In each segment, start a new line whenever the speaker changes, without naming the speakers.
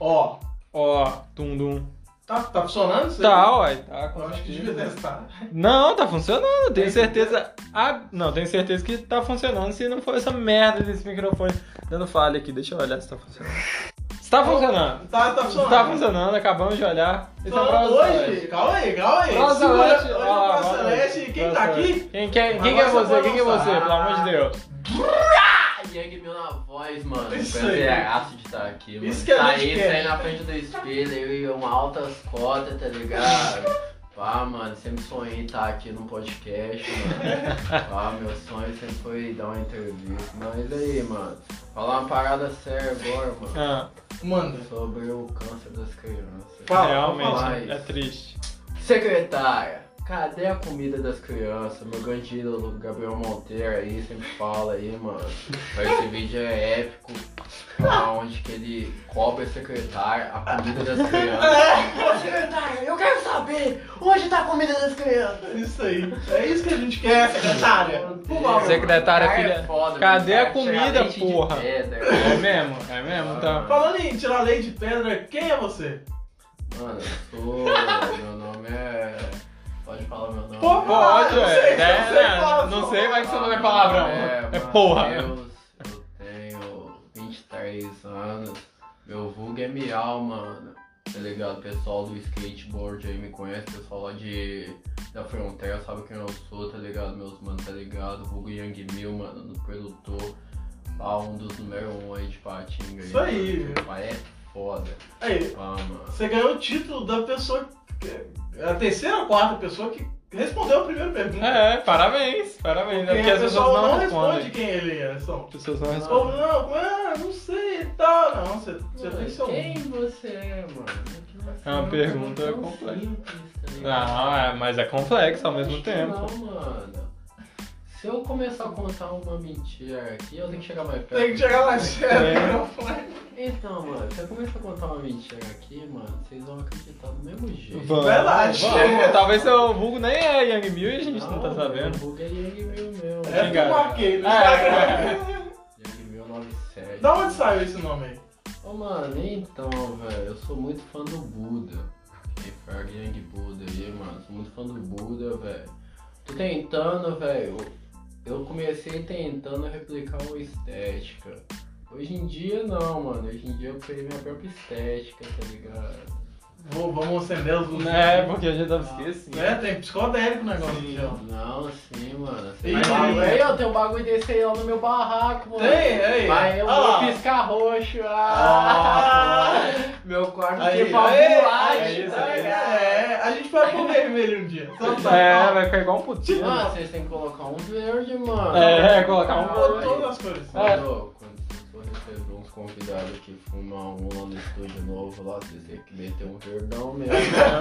Ó,
Ó, tum dum.
tá, tá funcionando isso aí?
Tá, uai, tá. com
Eu acho que devia
certeza.
testar.
Não, tá funcionando, tenho
Tem
certeza. Ah, não, tenho certeza que tá funcionando se não for essa merda desse microfone dando falha aqui. Deixa eu olhar se tá funcionando. Se tá funcionando.
Tá, tá
Se
funcionando.
tá funcionando, acabamos de olhar. Esse é o
Então,
Prosa Celeste.
hoje, calma aí, calma aí.
Prosa
Segura-
Celeste,
Hoje é
ó lá,
o Praça
Prosa
Celeste. Quem tá
Prosa
aqui?
Celeste. Quem, quem, quem que
Agora
é
você
você?
pode
Quem que é você?
lançar.
Pelo amor de Deus.
Ah, Yang meu na voz, mano.
É Isso
Foi um
aí.
reagaço de estar aqui, mano.
Isso que a
saí,
gente
saí
quer.
na frente do espelho, eu ia uma altas cotas, tá ligado? Pá, mano, sempre sonhei estar aqui num podcast, mano. Pá, meu sonho sempre foi dar uma entrevista. Mas e aí, mano, falar uma parada séria agora, mano.
Ah,
Manda.
Sobre o câncer das crianças.
Fala,
realmente,
fala isso.
é triste.
Secretária, cadê a comida das crianças? Meu grande ídolo, Gabriel Monteiro aí, sempre fala aí, mano. Mas Esse vídeo é épico, onde que ele cobra a secretária a comida das crianças. É. Ô secretária, eu quero saber onde tá a comida das crianças?
É isso aí. É isso que a gente quer, secretária. Por favor.
Secretária,
Cara,
filha,
é foda,
cadê
cara?
a comida,
Chega leite de
porra?
pedra.
É mesmo? É mesmo? Então.
Falando em tirar lei de pedra, quem é você?
Mano, eu sou. Meu nome é. Pode falar meu nome.
Pô, pô,
Pode,
Ah, não
velho.
sei, não
É,
sei,
né?
fala,
Não
pô.
sei, vai que você não é palavrão. É
mano,
porra.
Deus, eu tenho 23 anos. Meu vulgo é Miau, mano. Tá ligado? O pessoal do skateboard aí me conhece, o pessoal lá de. Da fronteira sabe quem eu sou, tá ligado? Meus mano, tá ligado? Vulgo Yang Mil, mano, no produtor. Lá um dos número um aí de Patinga.
Isso aí,
mano.
velho.
Pai é foda.
Aí,
Pá, mano.
você ganhou o título da pessoa. que- é A terceira ou quarta pessoa que respondeu a primeira pergunta.
É, parabéns, parabéns. É porque
Porque o
as pessoas
pessoal
não,
não,
respondem.
responde quem ele é. São.
As pessoas não respondem.
Ou não, ah, não sei e tal. Não, você, você tem seu.
Quem você é, mano? que você
É uma
não
pergunta
tão
complexa.
simples, tá ligado?
Não, é, mas é complexo ao
Acho
mesmo
que
tempo.
Não, mano. Se eu começar a contar uma mentira aqui, eu tenho que chegar mais perto.
Tem que chegar lá
É.
cedo.
Então, mano, se eu começar a contar uma mentira aqui, mano, vocês vão acreditar do mesmo jeito.
Vamos,
Verdade.
Vamos. É, Talvez seu vulgo nem é Yang Mil e a gente não, tá
Eu
sabendo.
buguei Yang
É
Mil meu.
porque eu
Obrigado.
marquei no
É,
Instagram.
Yang Mil 97.
Da onde saiu esse nome aí?
Ô, mano, então, velho, eu sou muito fã do Buda. Que foi a Yang Buda aí, mano. Sou muito fã do Buda, velho. Tô tentando, velho. Eu comecei tentando replicar uma estética. Hoje em dia, não, mano. Hoje em dia eu criei minha própria estética, tá ligado?
Vou, vamos acender as luzes.
É, porque a gente tava esquecido.
Né? Tem psicodélico o negócio, João.
Não, sim, mano.
Ih,
Tem bagulho
velho.
aí, ó. Tem um bagulho desse aí lá no meu barraco, mano.
Tem, aí.
Mas eu
Ah
vou
lá.
piscar roxo.
Ah,
Ah, meu quarto
Aí,
Tipo,
tem uma
aí,
é
boate,
isso
tá
aí.
ligado?
É, a gente vai pro vermelho um dia. Só pra-
É, vai ficar igual um putinho.
Tipo,
Mano, vocês têm que colocar um verde, mano.
É, colocar um
Mudou
verde.
Tá, todas as cores.
É.
Quando vocês forem receber uns convidados que fumam um lá no estúdio novo, lá, vocês têm que meter um verdão mesmo.
É.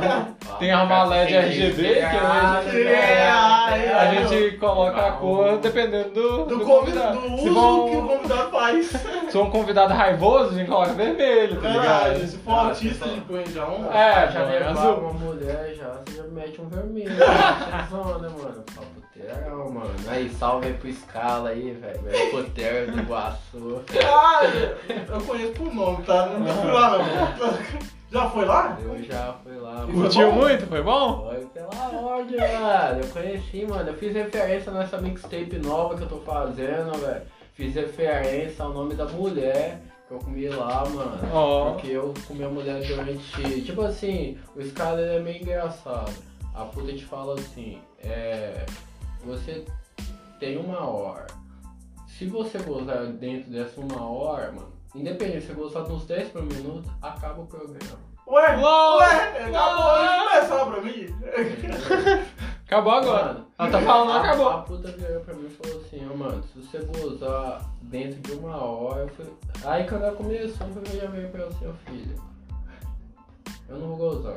Ah,
Tem que arrumar LED RGB, que é
LED. É, aí,
A
aí,
gente coloca a cor dependendo do,
Do,
convidado.
convidado, do uso que
se,
o
for,
convidado faz.
um- se for um convidado raivoso, a gente coloca vermelho, tá
Caralho,
ligado?
se for autista de um Coenjão,
É,
É, já
mano,
levar
azul.
uma mulher já, você já mete um vermelho. Zona, né, mano. Papoteirão, mano. Aí, salve aí pro Scala aí, velho. Papoteiro do Guaçu.
Caralho, eu conheço por nome, tá? Não fui lá não. Já foi lá?
Eu já fui lá, mano.
Curtiu muito? Foi bom?
Foi pela ordem, mano. Eu conheci, mano. Eu fiz referência nessa mixtape nova que eu tô fazendo, velho. Fiz referência ao nome da mulher que eu comi lá, mano.
Ó.
Porque eu comi a mulher durante. Tipo assim, o Scala ele é meio engraçado. A puta te fala assim: é. Você tem uma hora. Se você gozar dentro dessa uma hora, mano, independente se você gozar nos 10 primeiros minutos, acaba o programa.
Ué,
Uou!
ué, é, tá acabou
Uou!
de começar pra mim.
Acabou agora.
Mano,
Ela tá falando,
a-
acabou.
A puta virou pra mim e falou assim, ó, mano, se você gozar dentro de uma hora, eu fui. Aí quando ela começou, eu já veio pra ela assim, ó filho. Eu não vou gozar.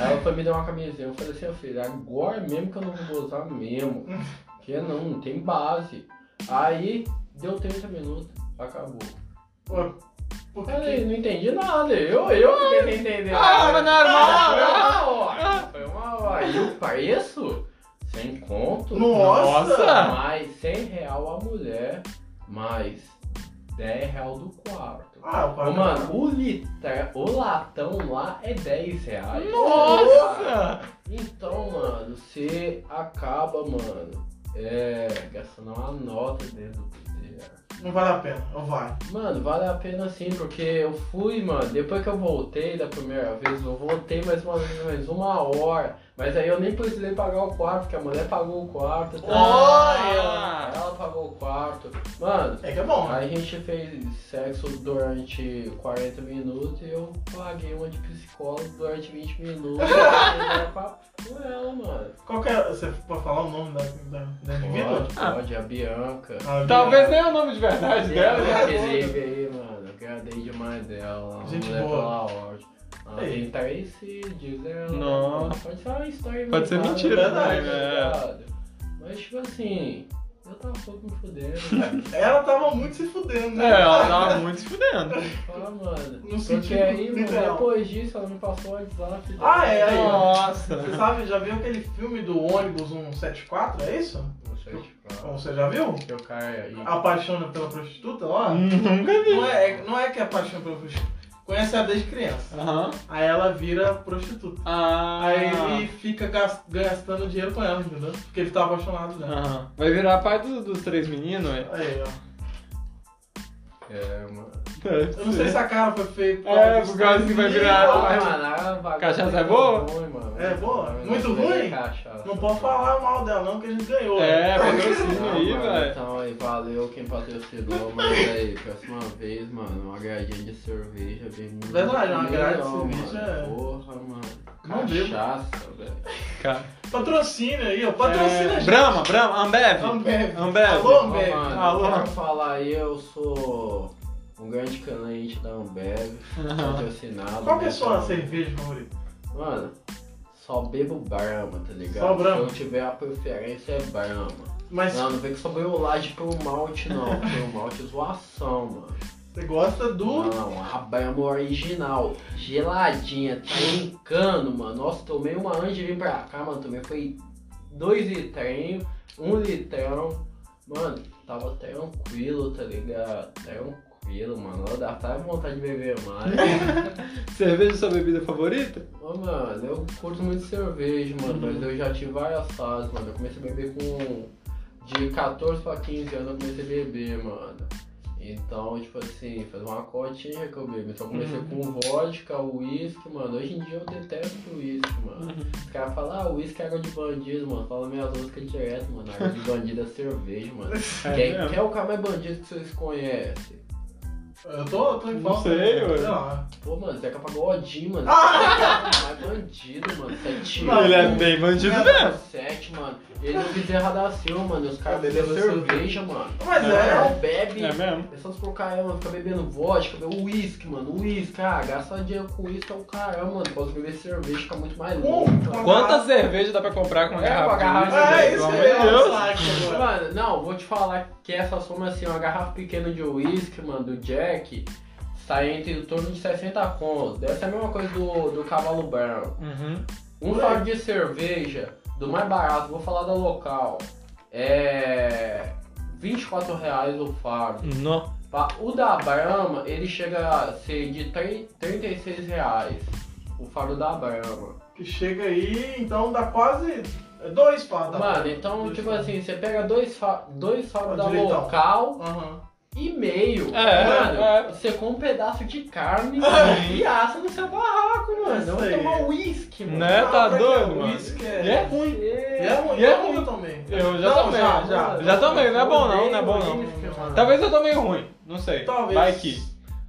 Aí ela foi me dar uma camisinha, eu falei assim, ó filho, agora mesmo que eu não vou gozar mesmo. Porque não, não tem base. Aí deu 30 minutos, acabou.
Ué, por que
Cara,
que-
eu não entendi nada. Eu, eu fiquei sem entender.
Ah, mas não era uma
Foi
hora.
uma hora. Foi uma hora. E o preço? Sem conto?
Tá.
Nossa!
Mais 100 real a mulher, mais 10 real do quarto.
Ah, o
Ô,
quarto.
mano, o, litra, o latão lá é 10 reais.
Nossa!
Então, mano, você acaba, mano, é, gastando uma nota dentro do poder.
Não vale a pena, ou vale.
Mano, vale a pena sim, porque eu fui, mano, depois que eu voltei da primeira vez, eu voltei mais uma vez, mais uma hora. Mas aí eu nem precisei pagar o quarto, porque a mulher pagou o quarto.
Olha!
Ela pagou o quarto. Mano,
É que é bom.
a gente fez sexo durante 40 minutos e eu paguei uma de psicólogo durante 20 minutos. e eu fui pra- com ela, mano.
Qual que é. Você pode falar o nome da, da, da indivídua?
Pode, pode, a Bianca.
Ah,
Talvez
minha-
nem é o nome de verdade dela.
Ela
né?
me liga aí, mano. Agradei demais dela.
Gente
Gente boa.
boa.
Pela ótima. Ela
Ei.
tem três filhos, né?
Nossa.
Pode ser uma história
Pode ser
inventada,
mentira,
né,
né?
ligado? Mas, tipo assim, eu tava um pouco me fudendo. cara.
Ela tava muito se fudendo, né?
É, ela tava muito se fudendo.
Fala, mano.
No
Porque
sentido
aí, mano,
literal.
depois disso, ela me passou o WhatsApp.
Ah, é, aí, ó.
Nossa.
Você sabe, já viu aquele filme do ônibus 174, é isso?
Não sei, tipo,
Ou Você já viu?
que o cara aí.
Ah. Apaixona pela prostituta lá?
Hum. Nunca vi.
Não é, é- não é que é apaixona pela prostituta. Conhece ela desde criança.
Aham.
Aí ela vira prostituta.
Ah.
Aí ele fica gas- gastando dinheiro com ela, entendeu? Porque ele tá apaixonado já.
Aham. Vai virar pai do- dos três meninos, é?
Aí, ó.
É, mano.
Eu não sei se a cara foi feia.
É, por causa que vai virar-
Ah,
Ó,
mano, a bagulho
Cachaça é
muito
boa?
ruim, mano.
É boa?
Mano,
Muito
eu bebi
ruim?
cachaça.
Não pode falar mal dela, não, que a gente ganhou.
É,
Não,
patrocínio aí,
mano,
velho.
Então aí, valeu quem patrocinou, mas aí, próxima vez, mano, uma gradinha de cerveja bem muito.
Verdade, uma grade de
melhor,
cerveja
mano.
é-
Porra, mano.
Não bebo.
Cachaça, velho.
Cara.
Patrocina aí, ó. Patrocina a
É,
gente.
Brahma, Brahma, Ambev.
Ambev.
Ambev.
Alô,
Ó,
Ambev.
mano,
Alô.
eu quero falar aí, eu sou um grande cliente da Ambev,
Aham.
patrocinado.
Qual que é a
né,
sua
então.
cerveja favorita?
Mano, só bebo Brahma, tá ligado?
Só Brahma.
Se eu tiver a preferência é Brahma.
Mas
Não, não vem que só bebo laje pelo malte, não. pelo malte é zoação, mano.
você gosta do.
Não, a Brahma é original, geladinha, tá trincando, mano. Nossa, tomei uma antes de vir pra cá, mano. Tomei foi dois litrinhos, um litrão. Mano, tava tranquilo, tá ligado? Tranquilo, mano. Ela dá até vontade de beber mais.
Cerveja é sua bebida favorita?
Ô, mano, eu curto muito cerveja, mano,
Uhum.
mas eu já tive várias fases, mano. Eu comecei a beber com. De 14 pra 15 anos eu comecei a beber, mano. Então, tipo assim, fazer uma cotinha que eu bebo. Então eu comecei
Uhum.
com vodka, uísque, mano. Hoje em dia eu detesto uísque, mano.
Uhum.
Os caras falam, ah, uísque é água de bandido, mano. Fala minhas músicas direto, mano. Água de bandido é cerveja, mano.
É
quem,
mesmo?
quem é o cara mais bandido que vocês conhecem?
Eu tô, eu tô em
Não
falta. né?
sei, ué.
lá.
Pô, mano, Zeca Pagodinho, mano. mais bandido, mano. Você é tiro.
Não,
Ele é bem bandido mesmo.
7, tá mano. Ele não Bezerra da Silva, mano. Os caras
Ah, Bezerra
bebem
da Silva.
cerveja, mano.
Mas
É.
é.
Não bebe.
É mesmo?
Essas porcaria, mano. Fica bebendo vodka, bebendo uísque, mano. Uísque, ah, gasta dinheiro com uísque é o caramba, mano. Posso beber cerveja, fica muito mais louco.
Como?
mano.
Quantas cervejas dá pra comprar com uma
É,
garrafa?
uma garrafa.
de
É,
uísque,
isso
pelo
aí,
amor de
é um
Deus?
saco agora.
Mano, não, vou te falar que essa soma assim, uma garrafa pequena de uísque, mano, do Jack, sai entre o torno de 60 contos. Deve ser a mesma coisa do, do cavalo branco.
Uhum.
Um
Ué.
fardo de cerveja, do mais barato, vou falar da local, é 24 reais o fardo.
Nó.
Pa- O da Brahma, ele chega a ser de 3, 36 reais, o fardo da Brahma.
Que chega aí, então dá quase dois pau. dá.
Mano, então,
Dois
tipo
pau.
assim, você pega dois, fa dois fardos da
Direitão.
local
Aham.
e meio.
É,
mano,
é.
você come um pedaço de carne e assa no seu barraco, mano. Não
É. Isso aí.
tomar uísque, mano.
Né? É, tá
Ah, pra que
doido, mano.
Whisky
E
é.
é ruim.
E é ruim,
E é
é ruim
ruim.
também.
Eu já
Não,
tomei,
já,
já.
já.
Já tomei, não é bom não, não é bom não.
não.
Talvez eu tomei ruim, não sei.
Talvez.
Vai que.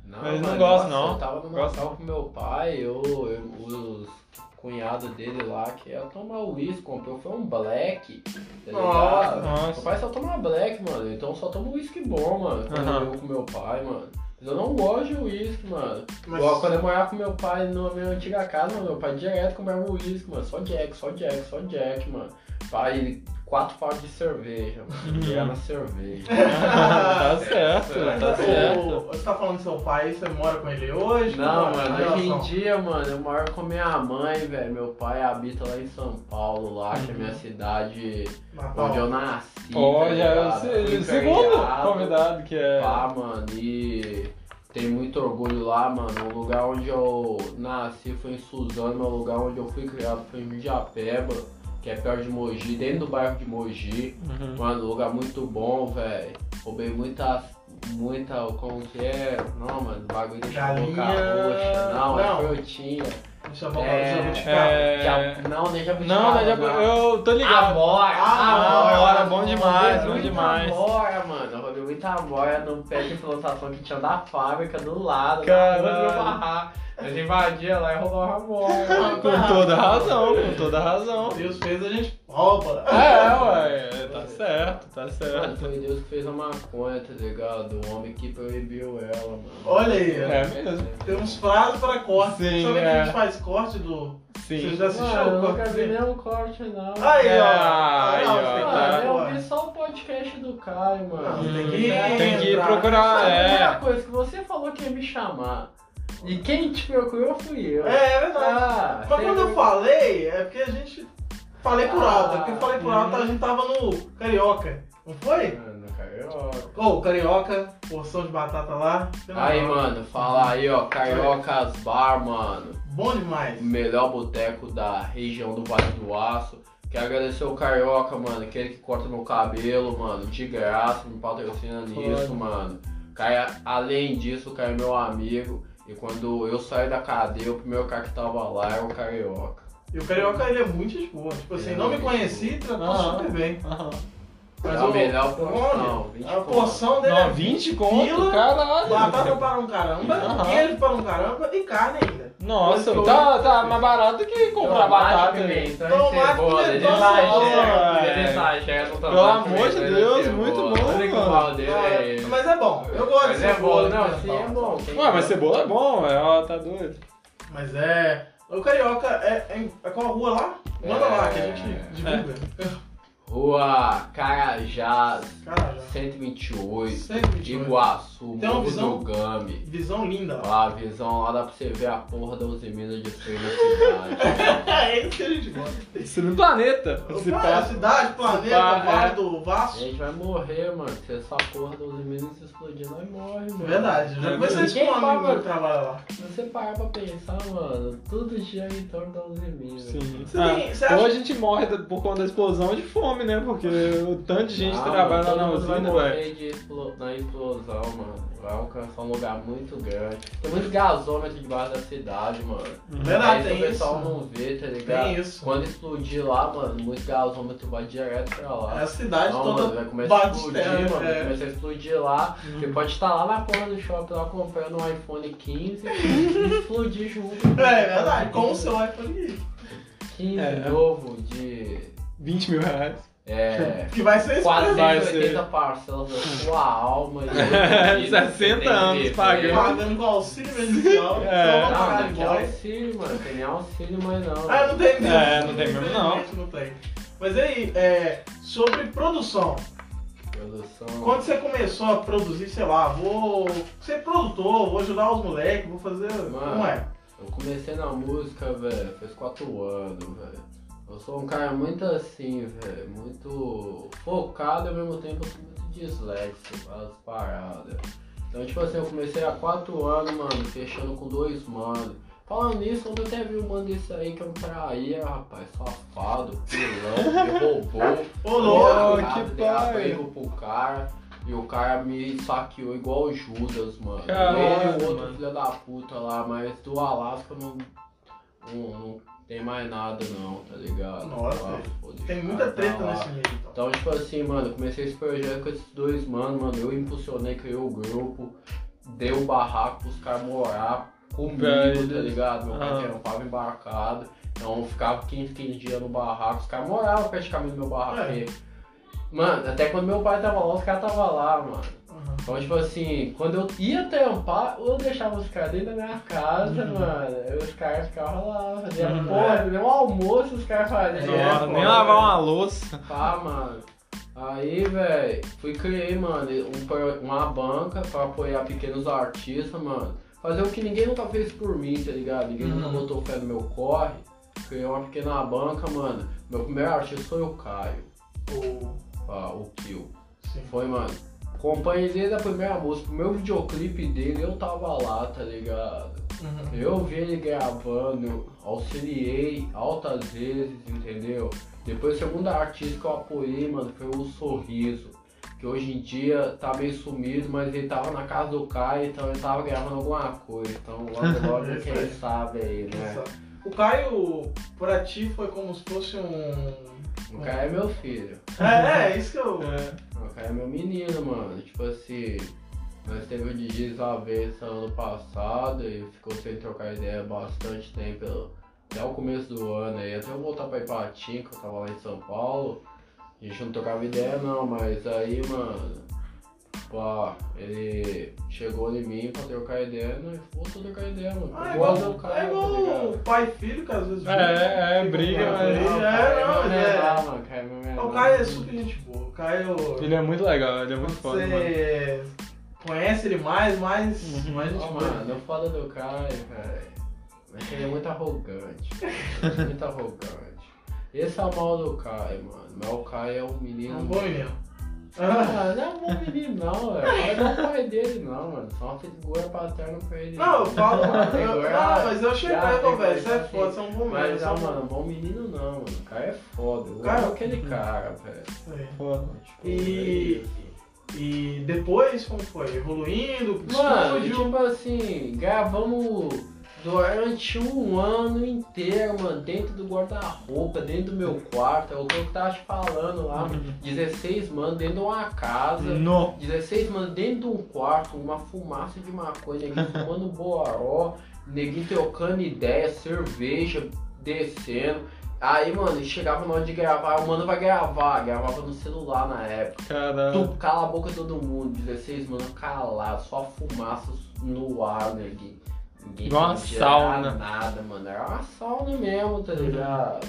Não,
Mas não
mano,
gosto,
nossa,
não.
Eu tava no
Gosto.
Natal com meu pai, eu, eu- os cunhados dele lá, que ia tomar uísque, comprou, foi um black, tá
Nossa,
ligado? Meu
Nossa.
pai só toma black, mano, então só toma uísque bom, mano, quando
Aham.
eu eu com meu pai, mano. Mas eu não gosto de uísque, mano.
Mas-
Ó, Quando eu morava com meu pai na minha antiga casa, mano, meu pai direto comprava uísque, mano. Só Jack, só Jack, só Jack, mano. Pai, ele quatro pau de cerveja, mano.
Uhum.
E era cerveja.
tá certo,
É,
tá certo.
O- Você tá falando do seu pai, você mora com ele hoje?
Não,
Como é a
mano, hoje em
relação?
dia, mano, eu moro com minha mãe, velho. Meu pai habita lá em São Paulo, lá, que é minha cidade
Natal.
onde eu nasci. tá
Ó, já é o
ligado?
se-
Fui
o segundo
criado
convidado que é.
Lá, mano, e tenho muito orgulho lá, mano. O lugar onde eu nasci foi em Suzano, mas o lugar onde eu fui criado foi em Mijapeba, que é perto de Mogi, dentro do bairro de Mogi.
Uhum.
Mano, um lugar muito bom, velho. Roubei muita. Muita. Como que é? Não, mano, o bagulho deixa a boca
Galinha.
roxa. Não,
Não.
é frutinha.
Deixa eu voltar
É,
pra você ficar.
É,
Já- Não, deixa eu
Não, né, já- eu tô ligado.
Amora!
Amora,
bom demais,
Eu
bom
roubei muita
demais.
Amora, mano. Eu roubei muita amora num pé de plantação que tinha da fábrica do lado.
Caralho.
Na rua do meu barrar. Nós invadia lá e roubava amora.
Com toda razão, com toda razão.
Deus fez, a gente rouba.
É, ué, tá certo, tá
Mano,
certo.
foi Deus que fez a maconha, tá ligado? O homem que proibiu ela, mano.
Olha aí,
É mesmo,
Temos frases para corte.
Sim,
Sabe que
é.
a gente faz corte do. Vocês
sim.
já assistiram
Mano, Ah, eu
o
nunca
corte
vi
dele?
nenhum corte, não.
Aí, ó.
Ai,
Ah,
É, ó,
você tem que
tá.
ir
Mano, Ah, é um eu
embora.
vi só o podcast do Caio,
Não,
mano.
tem
É.
que
Hum, Tem que
entrar.
procurar,
Sabe
é.
uma coisa que você falou que ia me chamar. E quem te procurou fui eu.
É, é verdade.
Ah,
Mas
tem-
quando eu falei, é porque a gente. Falei por
Ah,
alto, é porque eu falei por alto,
uhum.
a gente tava no Carioca, não foi?
Mano, carioca.
Ô, Carioca, porção de batata lá. fenomenal.
Aí, mano, fala aí, ó. Cariocas Bar, mano.
Bom
O
demais.
melhor boteco da região do Vale do Aço. Quero agradecer o Carioca, mano. Aquele que corta meu cabelo, mano. De graça, me patrocina nisso, mano. Cara, além disso, o cara é meu amigo. E quando eu saí da cadeia, o primeiro cara que tava lá era o Carioca.
E o Carioca, ele é muito de boa. Tipo assim,
Ele é
não me
muito
conheci, tratou
Aham.
super bem.
Aham.
Mas
é
o-
a melhor
Olha,
porção. 20
a
conto.
porção dele
Não,
é
20 conto,
fila, Batata
caralho.
para um caramba,
Aham.
queijo para um caramba e carne ainda.
Nossa, tá, tá mais barato que comprar
Tomate,
batata.
pimentão e
Tomate,
cebola,
pimentão,
eles
cebola,
exageram,
velho.
eles exageram no tomate,
Pelo amor de
pimentão e
Deus,
cebola.
muito bom,
Olha que
mano.
mal dele
Ah,
é esse.
Mas é bom, eu gosto né?
Mas
de
é bom,
cebola.
né,
não,
de
sim, é
pimentão.
bom.
Ué, mas cebola é bom, é, ó, tá doido.
Mas é. O Carioca é, é, em- é qual a rua lá? Manda
É.
lá que a gente divulga.
Rua Carajás,
Cara, já.
128,
Sempre
de
divulga.
Iguaçu,
Tem uma
Morro
visão?
do Gami.
Visão linda lá.
Lá, a visão lá dá pra você ver a porra da usina de freio na cidade.
é isso que a gente gosta.
Isso no planeta. Se
Cara,
passa.
cidade, planeta,
pá,
Vale
é.
do
A
Vasco.
gente vai morrer, mano, se essa porra da usina se explodir, nós morre, mano.
Verdade, eu já
É
comecei isso com um
verdade.
amigo meu que trabalha lá.
Se você parar pra pensar, mano, tudo gira em torno da usina.
Sim.
Você
Ah,
tem- você acha-
Ou a gente morre da- por conta da explosão de fome, né? Porque o tanto de gente
Ah,
trabalha
mano,
lá na
todo mundo vai
usina,
morrer
ué.
de explo- Na explosão, mano. Vai alcançar um lugar muito grande. Tem muito gasômetro debaixo da cidade, mano.
Verdade,
Aí
tem
o pessoal
isso.
não vê, tá ligado?
Tem isso.
Quando explodir lá, mano, muito gasômetro vai direto pra lá.
É a cidade
Não, mano, vai
toda
começar a
bate
explodir,
terra,
mano.
é. Uhum.
Vai começar a explodir lá. Você pode estar lá na porra do shopping lá comprando um iPhone 15 e explodir junto.
É verdade, com o seu iPhone
15
É.
novo de.
20 mil reais.
É.
que vai ser
Quase
explodido.
Vai ser.
80 parcelas da sua alma. e-
60 anos pagando.
Pagando com auxílio emergencial.
É.
só pra
Não,
pagar
não
de
tem
boy.
auxílio, mano. Tem nem auxílio, mas não.
Ah, não tem mesmo.
É, não tem mesmo, não.
Infelizmente não tem. Mas aí, é, sobre produção.
Produção.
Quando você começou a produzir, sei lá, vou ser produtor, vou ajudar os moleques, vou fazer.
Mano.
Não é?
Eu comecei na música, velho, faz 4 anos, velho. Eu sou um cara muito assim, velho, muito focado e ao mesmo tempo eu sou muito disléxico, as paradas. Então, tipo assim, eu comecei há 4 anos, mano, fechando com dois manos. Falando nisso, ontem eu até vi um mano desse aí que é um traía, rapaz, safado, pilão, me roubou.
Ô, louco!
Ô,
Cara,
que
dei
pai.
abrigo pro cara e o cara me saqueou igual o Judas, mano.
Caralho,
Ele e o outro
mano.
filho da puta lá, mas do Alasca não, não, não tem mais nada não, tá ligado?
Nossa,
foda-se,
Tem
o
muita
cara tá
treta
lá.
nesse meio, então.
Então, tipo assim, mano, eu comecei esse projeto com esses dois mano, mano, eu impulsionei, criei o grupo, dei o barraco pros caras morar
Um
comigo,
Velho.
tá ligado? Meu pai
Aham.
trampava embarcado, então eu ficava 15, 15 dias no barraco, os caras moravam praticamente no meu barraco.
É.
Mano, até quando meu pai tava lá, os caras tava lá, mano.
Aham.
Então, tipo assim, quando eu ia trampar, eu deixava os caras dentro da minha casa, mano. E os caras ficavam lá, faziam
Uhum.
porra, nem um almoço os caras faziam.
Nossa,
pô,
nem lavar uma louça.
Pá, mano. Aí, velho, fui criei, mano, um pro- uma banca pra apoiar pequenos artistas, mano. Fazer o que ninguém nunca fez por mim, tá ligado? Ninguém nunca
Uhum.
botou fé no meu corre. Criei uma pequena banca, mano. Meu primeiro artista foi o Caio,
Ou-
ah, o Kill.
Sim.
Foi, mano. Acompanhei desde a primeira música, o meu videoclipe dele, eu tava lá, tá ligado?
Uhum.
Eu vi ele gravando, auxiliei altas vezes, entendeu? Depois, o segundo artista que eu apoiei, mano, foi o Sorriso. Que hoje em dia tá meio sumido, mas ele tava na casa do Caio, então ele tava gravando alguma coisa. Então, logo, logo, quem sabe aí, né?
O Caio, pra ti, foi como se fosse um.
O Caio é meu filho.
É, é, isso que eu.
O Caio é meu menino, mano. Tipo assim, nós teve o Digis uma vez ano passado e ficou sem trocar ideia bastante tempo. Até o começo do ano aí, até eu voltar pra Ipatim, que eu tava lá em São Paulo. A gente não trocava ideia não, mas aí, mano. Pá, ele chegou em mim pra trocar ideia, nós voltou a trocar ideia, mano.
Ah, é
Eu
igual,
gosto do Caio,
é igual
tá ligado?
o pai e filho que às vezes.
É, é, briga,
Fica com
mas-
briga,
Caio
É, não,
meu
mas é.
menor, mano, Caio é meu menor.
O Caio é super gente boa. O Caio.
Ele é muito legal, ele é muito foda, mano.
Você conhece ele mais, mais.
Uhum.
mais gente
Ó,
boa.
mano, foda do Caio, velho. É que ele é muito arrogante. mano. muito arrogante. Esse é o mal do Caio, mano. Mas o Caio é um
É
menino.
um bom menino.
Ah, não é um bom menino, não, velho. Não é o pai dele, não, mano. Só uma figura paterna pra ele.
Não, eu falo. eu-
Figura-
Não, mas eu achei
Já,
pra ele,
figura-
velho. Você é foda, você é um bom menino.
Mas,
você é
ah,
um bom-
mano, bom menino não, mano. O Caio é foda. O
Caio-
Caio é aquele cara, velho.
Sim.
Foda.
Tipo,
E- É. E depois, como foi? Evoluindo,
Mano,
estúdio.
tipo assim, gravamos durante um ano inteiro, mano, dentro do guarda-roupa, dentro do meu quarto, é o que eu tava te falando lá, mano. 16 mano dentro de uma
um-
casa,
No.
16 mano dentro de um quarto, uma fumaça de maconha, ninguém fumando boaró, neguinho trocando ideia, cerveja, descendo. Aí, mano, chegava na hora de gravar, o mano vai gravar, gravava no celular na época.
Caralho.
Tu cala a boca todo mundo, 16 mano, calado, só fumaça no ar, né? Ninguém, ninguém
Igual uma
podia
sauna. Uhum.
nada, mano. Era uma sauna mesmo, tá ligado?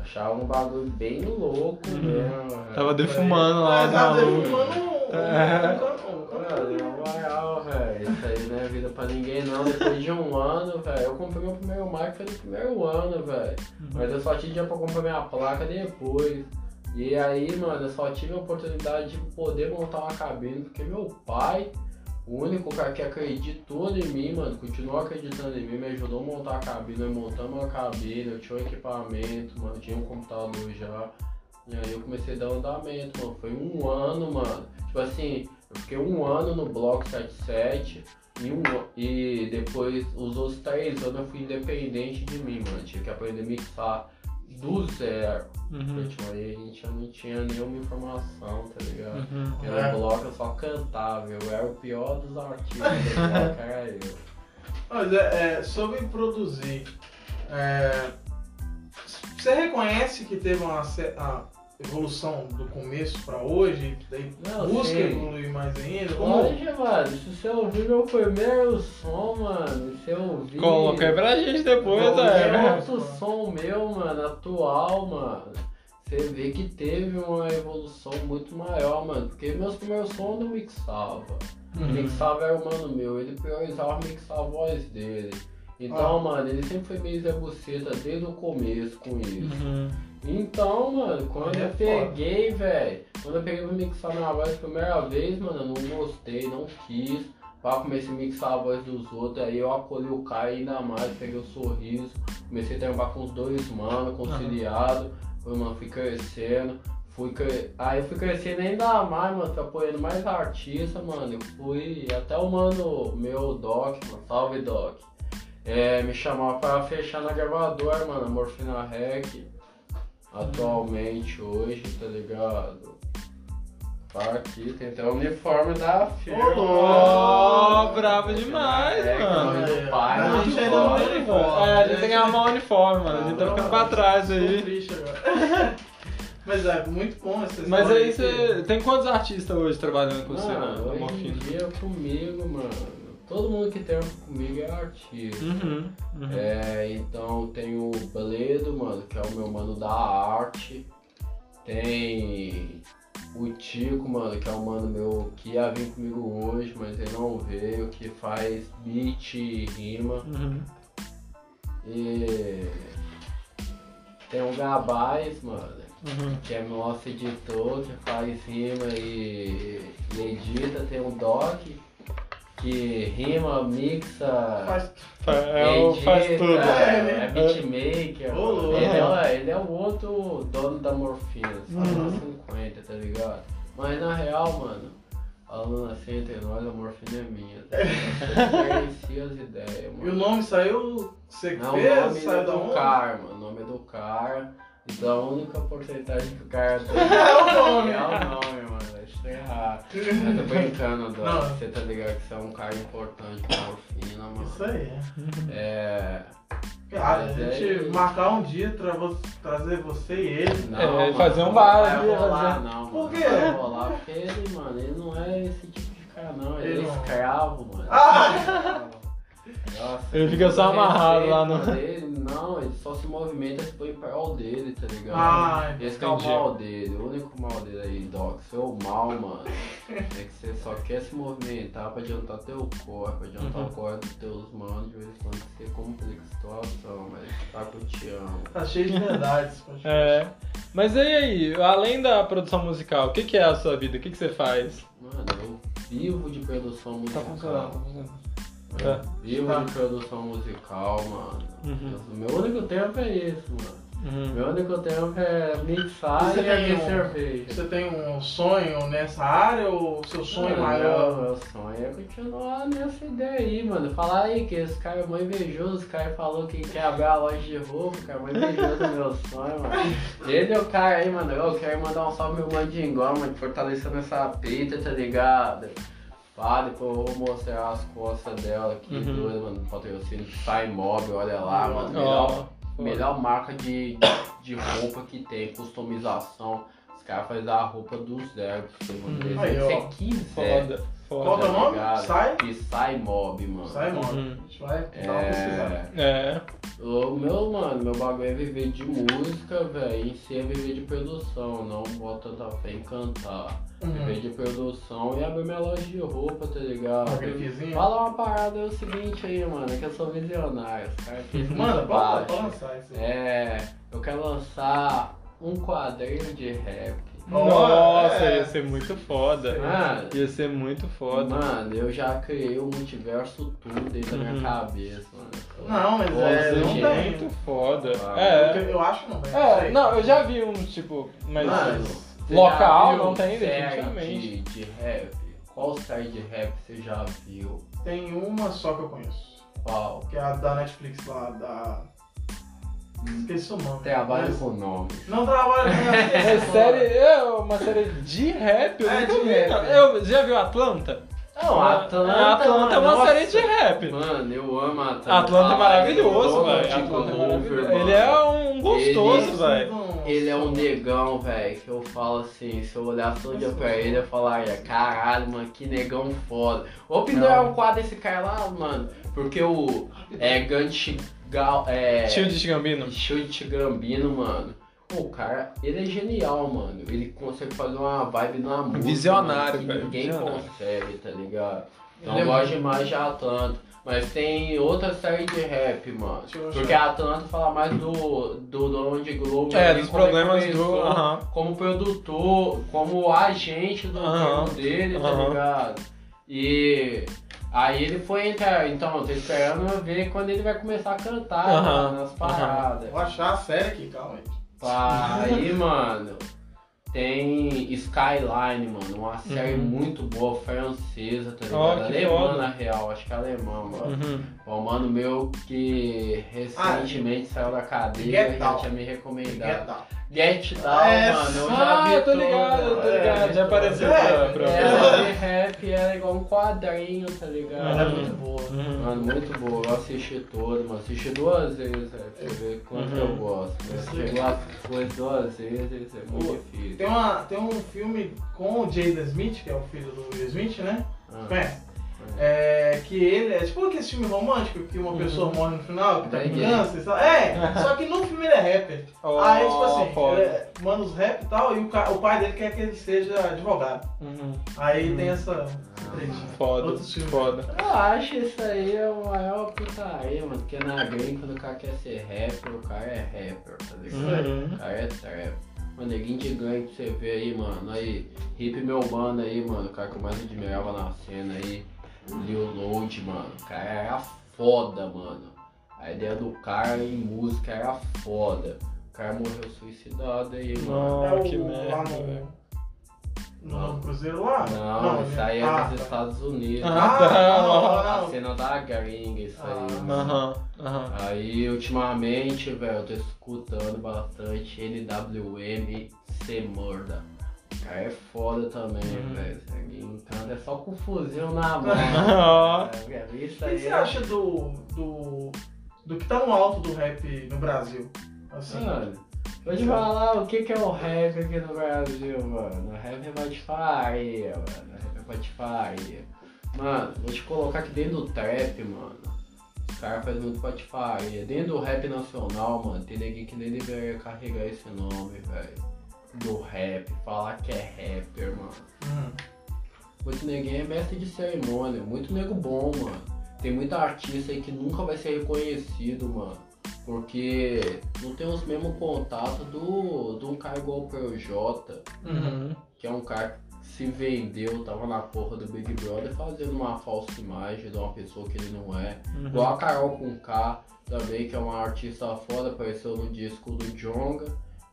Achava um bagulho bem louco
Uhum.
mesmo. velho.
Tava defumando lá
Ah,
na
tá
lua.
defumando um-
É.
um- um
Mano,
canto.
na moral, velho, isso aí não é vida pra ninguém não. Depois de um ano, velho, eu comprei meu primeiro mic foi no primeiro ano, velho. Mas eu só tinha dinheiro pra comprar minha placa depois. E aí, mano, eu só tive a oportunidade de poder montar uma cabine, porque meu pai, o único cara que acreditou em mim, mano, continuou acreditando em mim, me ajudou a montar a cabine, eu montamos uma cabine, eu tinha um equipamento, mano, tinha um computador já. E aí eu comecei a dar andamento, mano. Foi um ano, mano. Tipo assim, eu fiquei um ano no bloco 77 e, um, an- e depois os outros três anos eu fui independente de mim, mano. Tinha que aprender a mixar do zero.
Uhum.
Porque tipo, aí a gente não tinha nenhuma informação, tá ligado?
Uhum.
Eu
É.
no bloco eu só cantava, eu era o pior dos artistas do bloco, era eu.
Mas é, é, sobre produzir, é, você reconhece que teve uma ce- a evolução do começo pra hoje, e daí
Não,
busca
sim.
evoluir mais
Tipo,
ainda? Como,
Hoje, mano, se você ouvir meu primeiro som, mano, se você ouvir.
Coloca aí pra gente depois,
Qualquer
é.
outro som meu, mano, atual, mano. Você vê que teve uma evolução muito maior, mano. Porque meus primeiros sons eu não mixava.
Uhum.
Mixava era o mano meu, ele priorizava mixar a voz dele. Então, mano, ele sempre foi meio Zé Buceta desde o começo com isso.
Uhum.
Então, mano, quando
É
eu
foda.
peguei, velho, quando eu peguei pra mixar minha voz a primeira vez, mano, eu não gostei, não quis. Pá, comecei a mixar a voz dos outros, aí eu acolhi o Caio ainda mais, peguei o sorriso, comecei a trampar com os dois mano, conciliado, foi, mano, fui crescendo, fui cre... aí eu fui crescendo ainda mais, mano, fui apoiando mais artistas, mano, eu fui até o mano, meu Doc, mano, salve Doc, é, me chamava pra fechar na gravadora, mano, a Morfina Rec, atualmente hoje, tá ligado? Tá aqui, tem até o uniforme da firma.
Ó,
Oh,
bravo demais,
É,
mano.
nome do pai,
É,
nome
a gente
do
ainda não
pai.
tem uniforme.
É, a gente tem que arrumar um uniforme, mano. A gente tá ficando pra trás
Tô
aí.
triste agora. Mas é muito bom essa
Mas
história
aí você. Tem quantos artistas hoje trabalhando com você é né? na,
Mano,
na
hoje em
morfina?
dia comigo, mano. Todo mundo que trampa comigo é artista.
Uhum, uhum.
É, então tem o Bledo, mano, que é o meu mano da arte. Tem o Tico, mano, que é um mano meu que ia vir comigo hoje, mas ele não veio, que faz beat e rima.
Uhum.
E tem o Gabás, mano,
Uhum.
que é nosso editor, que faz rima e, e edita. Tem o Doc, que rima, mixa.
Faz-
Fa- é o- faz
É,
tudo.
É,
né?
é beatmaker.
Ô, louco.
ele, é, o- ele é o outro dono da morfina, só
Uhum.
na 50, tá ligado? Mas na real, mano, a Luna senta entre nós, a morfina é minha. Tá ligado? Eu conheci as ideias,
E o
mano.
nome saiu. Você que
Não, o
fez?
nome é
Saiu da
do
onde?
cara, mano. O nome é do cara. Então a única porcentagem que o cara tem
É o nome.
É o nome, mano. Isso é errado. Eu tô brincando, Dó.
Não.
Você tá ligado que você é um cara importante pra morfina,
Isso
mano.
aí.
É.
Cara, a
Mas
gente
é-
marcar um dia pra vo- trazer você e ele.
Não,
É,
mano,
fazer um
não
bar
vai
ali,
rolar,
fazer-
Não,
Por
mano,
quê?
não vai rolar, porque ele, mano, ele não é esse tipo de cara, não. Ele,
Ele
é
não.
escravo, mano.
Ah!
Nossa,
Ele fica só
eu
amarrado
respeito
lá no-
por Ele, não, ele só se movimenta se for em prol dele, tá ligado?
Ah,
Esse que é o
entendi.
mal dele, o único mal dele aí, Doc. Seu mal, mano. É que você só quer se movimentar pra adiantar teu corpo,
Uhum.
adiantar o corpo dos teus manos, de vez em quando você complica a situação, mas tá que eu te amo.
tá cheio de verdades. pode-
É. Mas e aí, além da produção musical, o que, que é a sua vida? O que, que você faz?
Mano, eu vivo de produção
Tá
musical.
funcionando.
Eu Vivo
Tá.
de produção musical, mano.
Uhum.
Eu- Meu único tempo é isso, mano.
Uhum.
Meu único tempo é mixar
Você
e
tem
beber
um-
cerveja.
Você tem um sonho nessa área ou seu sonho
Mano,
maior?
É, Meu, meu sonho é continuar nessa ideia aí, mano. Falar aí que esse cara é mó invejoso, esse cara falou que quer abrir a loja de roupa, o cara é mó invejoso do meu sonho, mano. Ele é o cara aí, mano. Eu quero mandar um salve meu mandingão, mano, fortalecendo essa peita, tá ligado? Pá, depois eu vou mostrar as costas dela aqui,
Uhum.
doida, mano. Patrocínio sai móvel, olha lá, mano. Melhor,
Ó,
melhor marca de, de roupa que tem, customização. Os caras fazem a roupa do zero pra você, mano.
Uhum.
Aí, ó.
Você quiser.
foda,
Qual é que é
foda.
o nome?
Obrigado.
Sai?
Psy Mob, mano.
Sai, mano.
Uhum.
A gente vai dar uma pesquisada.
É.
É.
O meu, mano, meu bagulho é viver de música, velho. Em si é viver de produção. Não bota tanta fé em cantar. Viver
Uhum.
de produção e abrir minha loja de roupa, tá ligado?
Um gripezinho.
Fala uma parada, é o seguinte aí, mano, é que eu sou visionário. Os caras aqui são
Manda,
muito
bora,
baixos.
bora lançar isso aí.
É, eu quero lançar um quadrinho de rap.
Nossa,
é.
ia ser muito foda.
Mano,
Ia ser muito foda.
Mano, eu já criei o multiverso tudo dentro da
Uhum.
minha cabeça, mano.
Não, mas
Pô,
é,
você
não
gente.
tem.
Muito foda.
Ah,
É.
Eu, eu acho não, velho.
É,
Sei.
não, eu já vi uns, tipo, mas.
Mano, você
Local
já viu
não tem,
série
definitivamente.
de, de rap. Qual série de rap você já viu?
Tem uma só que eu conheço.
Qual?
Que é a da Netflix lá, da. Esqueci o nome.
Trabalho
Mas-
com nome.
Não né? trabalho com
É
Netflix.
série, é uma série de rap? Eu
É,
nunca
de
vi,
rap.
não. Eu já viu Atlanta?
Não, Atlanta.
A Atlanta é uma
nossa.
série de rap.
Mano, eu amo Atlanta.
Atlanta é maravilhoso,
Eu amo
velho.
Tim
Atlanta é
Glover,
maravilhoso.
Tipo, mano.
Ele é um gostoso,
Ele-
velho.
Ele é um negão, velho, que eu falo assim, se eu olhar todo dia pra ele, eu falaria, caralho, mano, que negão foda. Vou pendurar
Não.
um quadro desse cara lá, mano, porque o é Gant Gal, é...
Tio de Gambino.
Shield Gambino, mano. Pô, o cara, ele é genial, mano. Ele consegue fazer uma vibe na música.
Visionário,
mano, que
velho,
Ninguém
visionário.
consegue, tá ligado? Então
Ele é
eu gosto
muito-
demais de Atlanta. Mas tem outra série de rap, mano.
Deixa eu
Porque a Atlanta fala mais do, do Donald Glover.
É,
né,
dos
como ele
problemas do-
começou
aham.
Como produtor, como agente do
Aham.
trampo dele, tá
Aham.
ligado? E aí ele foi entrar. Então, eu tô esperando ver quando ele vai começar a cantar
Aham.
nas paradas.
Vou achar a série aqui, calma aí.
Pá, Aí, mano, tem Skyline, mano, uma série
Uhum.
muito boa, francesa, tá
Ó,
ligado?
que
alemã,
foda.
na real, acho que é alemã, mano.
Uhum.
Um mano meu que recentemente saiu da cadeia
Ah, Get
e já
Out.
tinha me
Get
recomendado.
Down.
Get Down,
É,
mano, eu já
Ah,
vi
eu tô
toda,
ligado, eu tô
é,
ligado. Já apareceu
É.
pra. pra-
É, era que era igual um quadrinho, tá ligado?
Ela é
Uhum.
muito boa.
Uhum.
Mano, muito boa. Eu assisti toda, mano. Assisti duas vezes, velho, pra ver quanto
Uhum.
eu gosto. Né?
Isso aí.
Chegou a coisa duas vezes, é muito
Boa.
difícil.
Tem, uma, tem um filme com o Jaden Smith, que é o filho do Will Smith, né?
Ah,
Conhece? É, que ele é tipo aquele filme romântico que
Uhum.
uma pessoa morre no final, que tá com
Bem
criança e tal. É, só que no filme ele é rapper.
Oh,
Aí, tipo assim,
foda.
ele é- manda os rap e tal, e o, ca- o pai dele quer que ele seja advogado.
Uhum.
Aí
Hum.
tem essa.
Foda,
Outro filme.
foda.
Eu acho isso aí é o maior putaria, mano. Porque na gringa, quando o cara quer ser rapper, o cara é rapper, tá ligado?
Uhum.
O cara é trap. Mano, neguinho de gangue que você vê aí, mano. Aí, hip meu mano aí, mano. O cara que eu mais admirava na cena aí. Lil Load, mano. O cara era foda, mano. A ideia do cara em música era foda. O cara morreu suicidado aí, mano.
É
Não,
o,
que
lá
merda, velho.
no, no, Cruzeiro lá?
Não, isso
né?
aí
Ah,
é
tá.
dos Estados Unidos.
Ah,
Ah,
A
é.
não, não.
cena da gringa, isso aí.
Ah.
mano.
Aham, aham.
Aí, ultimamente, velho, eu tô escutando bastante NWM C Murda. O cara é foda também,
Uhum.
velho. Esse aqui em casa é só com fuzil na mão. É,
Ó,
Minha vista
O que
aí.
você acha do, do. do que tá no alto do rap no Brasil? Assim.
Ah.
Mano, vou te falar o que, que é o rap aqui no Brasil, mano. O rap é patifaria, mano. O rap é patifaria. Mano, vou te colocar aqui dentro do trap, mano. Os caras fazem muito patifaria. Dentro do rap nacional, mano, tem ninguém que nem deveria carregar esse nome, velho. Do rap, falar que é rapper, mano.
Hum.
Muito neguinho é mestre de cerimônia, muito nego bom, mano. Tem muita artista aí que nunca vai ser reconhecido, mano. Porque não tem os mesmos contatos do, de um cara igual o Projota,
uhum.
que é um cara que se vendeu, tava na porra do Big Brother fazendo uma falsa imagem de uma pessoa que ele não é.
uhum.
Igual a Carol com K também, que é uma artista foda, apareceu no disco do Jonga,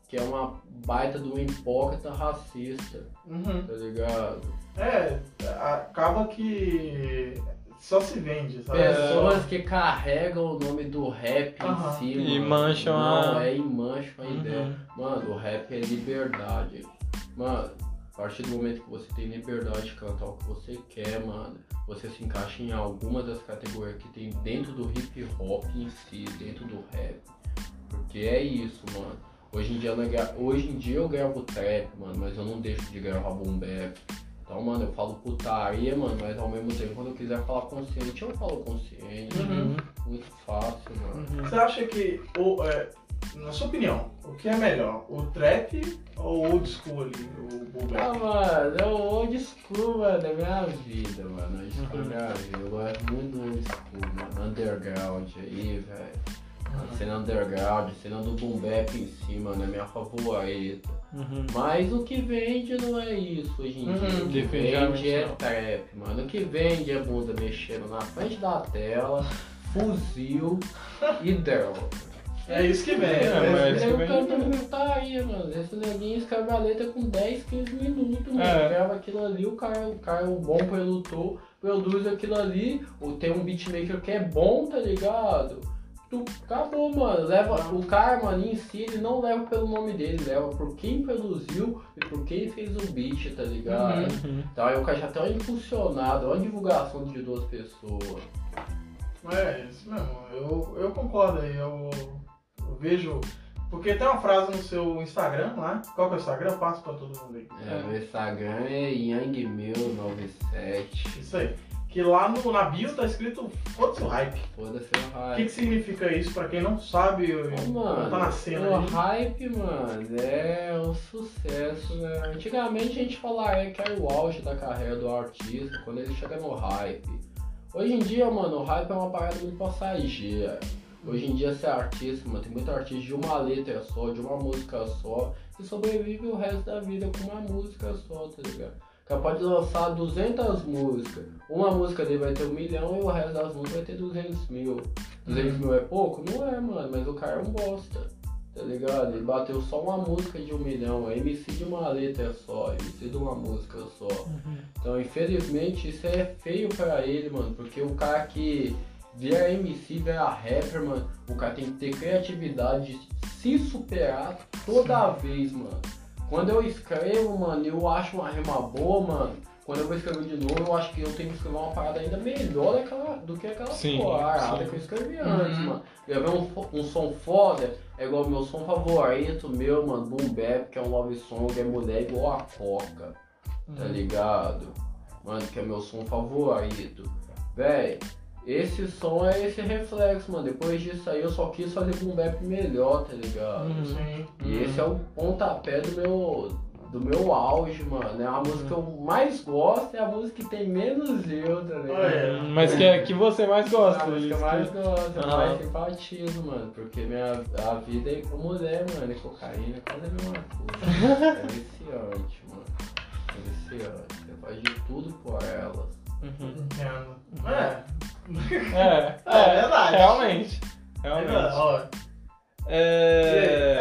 que é uma baita de um hipócrita racista,
Uhum.
tá ligado?
É, acaba que só se vende, sabe?
É,
Pessoas que carregam o nome do rap
É. Aham.
em si,
E
mano.
mancham a-
Não, é e mancham a
Uhum.
ideia. Mano, o rap é liberdade. Mano, a partir do momento que você tem liberdade de cantar o que você quer, mano, você se encaixa em alguma das categorias que tem dentro do hip hop em si, dentro do rap. Porque é isso, mano. Hoje em dia, eu não gra- hoje em dia eu gravo trap, mano, mas eu não deixo de gravar boom bap. Então, mano, eu falo putaria, mano, mas ao mesmo tempo, quando eu quiser falar consciente, eu falo consciente.
Uhum.
Muito fácil, mano.
Uhum.
Você acha que, o, é, na sua opinião, o que é melhor? O trap ou o old school ali, o
Ah,
Bubé?
mano, é o old school, mano, da minha vida, mano. Old school da minha vida. Eu gosto muito do old school, mano. Underground aí, velho. A cena underground, a cena do boom bap em cima, né? Minha favorita.
Uhum.
Mas o que vende não é isso hoje em dia.
Uhum.
O que
Definitivamente
vende é
não.
trap, mano. O que vende é bunda mexendo na frente da tela, fuzil e droga.
É isso que vem.
É,
né?
mas-
Esse
vem-
nego canta muito tá aí, mano. Esse neguinho escavaleta com 10, 15 minutos, mano.
É.
Grava aquilo ali, o cara, o cara é um bom produtor, produz aquilo ali, ou tem um beatmaker que é bom, tá ligado? Tu, acabou, mano. Leva, o cara, mano, em si, ele não leva pelo nome dele, leva por quem produziu e por quem fez o beat, tá ligado?
Uhum.
Uhum.
Então aí o cara já tá impulsionado, é uma divulgação de duas pessoas.
É, isso mesmo. Eu, eu concordo aí. Eu, eu vejo. Porque tem uma frase no seu Instagram lá. Qual que é o Instagram? Eu passo pra todo mundo aí.
É, meu Instagram é Yangmil97.
Isso aí. Que lá no, na bio tá escrito foda-se o hype.
Foda-se é o
O
raio.
que, que significa isso pra quem não sabe? eu-
Ô,
não tá na cena
o
aí.
hype, mano, é um sucesso, né? Antigamente a gente falaria que era o auge da carreira do artista, quando ele chega no hype. Hoje em dia, mano, o hype é uma parada muito passageira. Hoje em dia ser artista, mano, tem muito artista de uma letra só, de uma música só, que sobrevive o resto da vida com uma música só, tá ligado? Capaz de lançar 200 músicas. Uma música dele vai ter um milhão e o resto das músicas vai ter 200 mil. 200 mil é pouco? Não é, mano, mas o cara é um bosta. Tá ligado? Ele bateu só uma música de um milhão, é MC de uma letra só, MC de uma música só. Então, infelizmente, isso é feio pra ele, mano, porque o cara que vira MC, vira rapper, mano, o cara tem que ter criatividade de se superar toda vez, mano. Quando eu escrevo, mano, eu acho uma rima boa, mano, Quando eu vou escrever de novo, eu acho que eu tenho que escrever uma parada ainda melhor daquela- do que aquela
Sim,
parada
sim.
que eu escrevi antes,
Uhum.
mano. Gravar um, fo- um som foda é igual o meu som favorito, meu, mano, Boom Bap, que é um love song, é mulher igual a coca, tá
Uhum.
ligado? Mano, que é meu som favorito. Véi, esse som é esse reflexo, mano. Depois disso aí eu só quis fazer Boom Bap melhor, tá ligado?
Uhum.
Sim.
E esse é o pontapé do meu, do meu auge, mano. É a música que eu mais gosto, é a música que tem menos eu, tá ligado?
Olha.
Mas que é que você mais
a
gosta.
música que eu
isso
mais
que-
gosto, eu
Ah.
mais simpatizo, mano. Porque minha, a vida é com mulher, mano. E cocaína é quase a mesma coisa. É viciante, mano. É viciante. Você faz de tudo por elas.
Uhum.
Entendo. É.
É,
É verdade.
Realmente.
É verdade.
Realmente.
Ó,
É...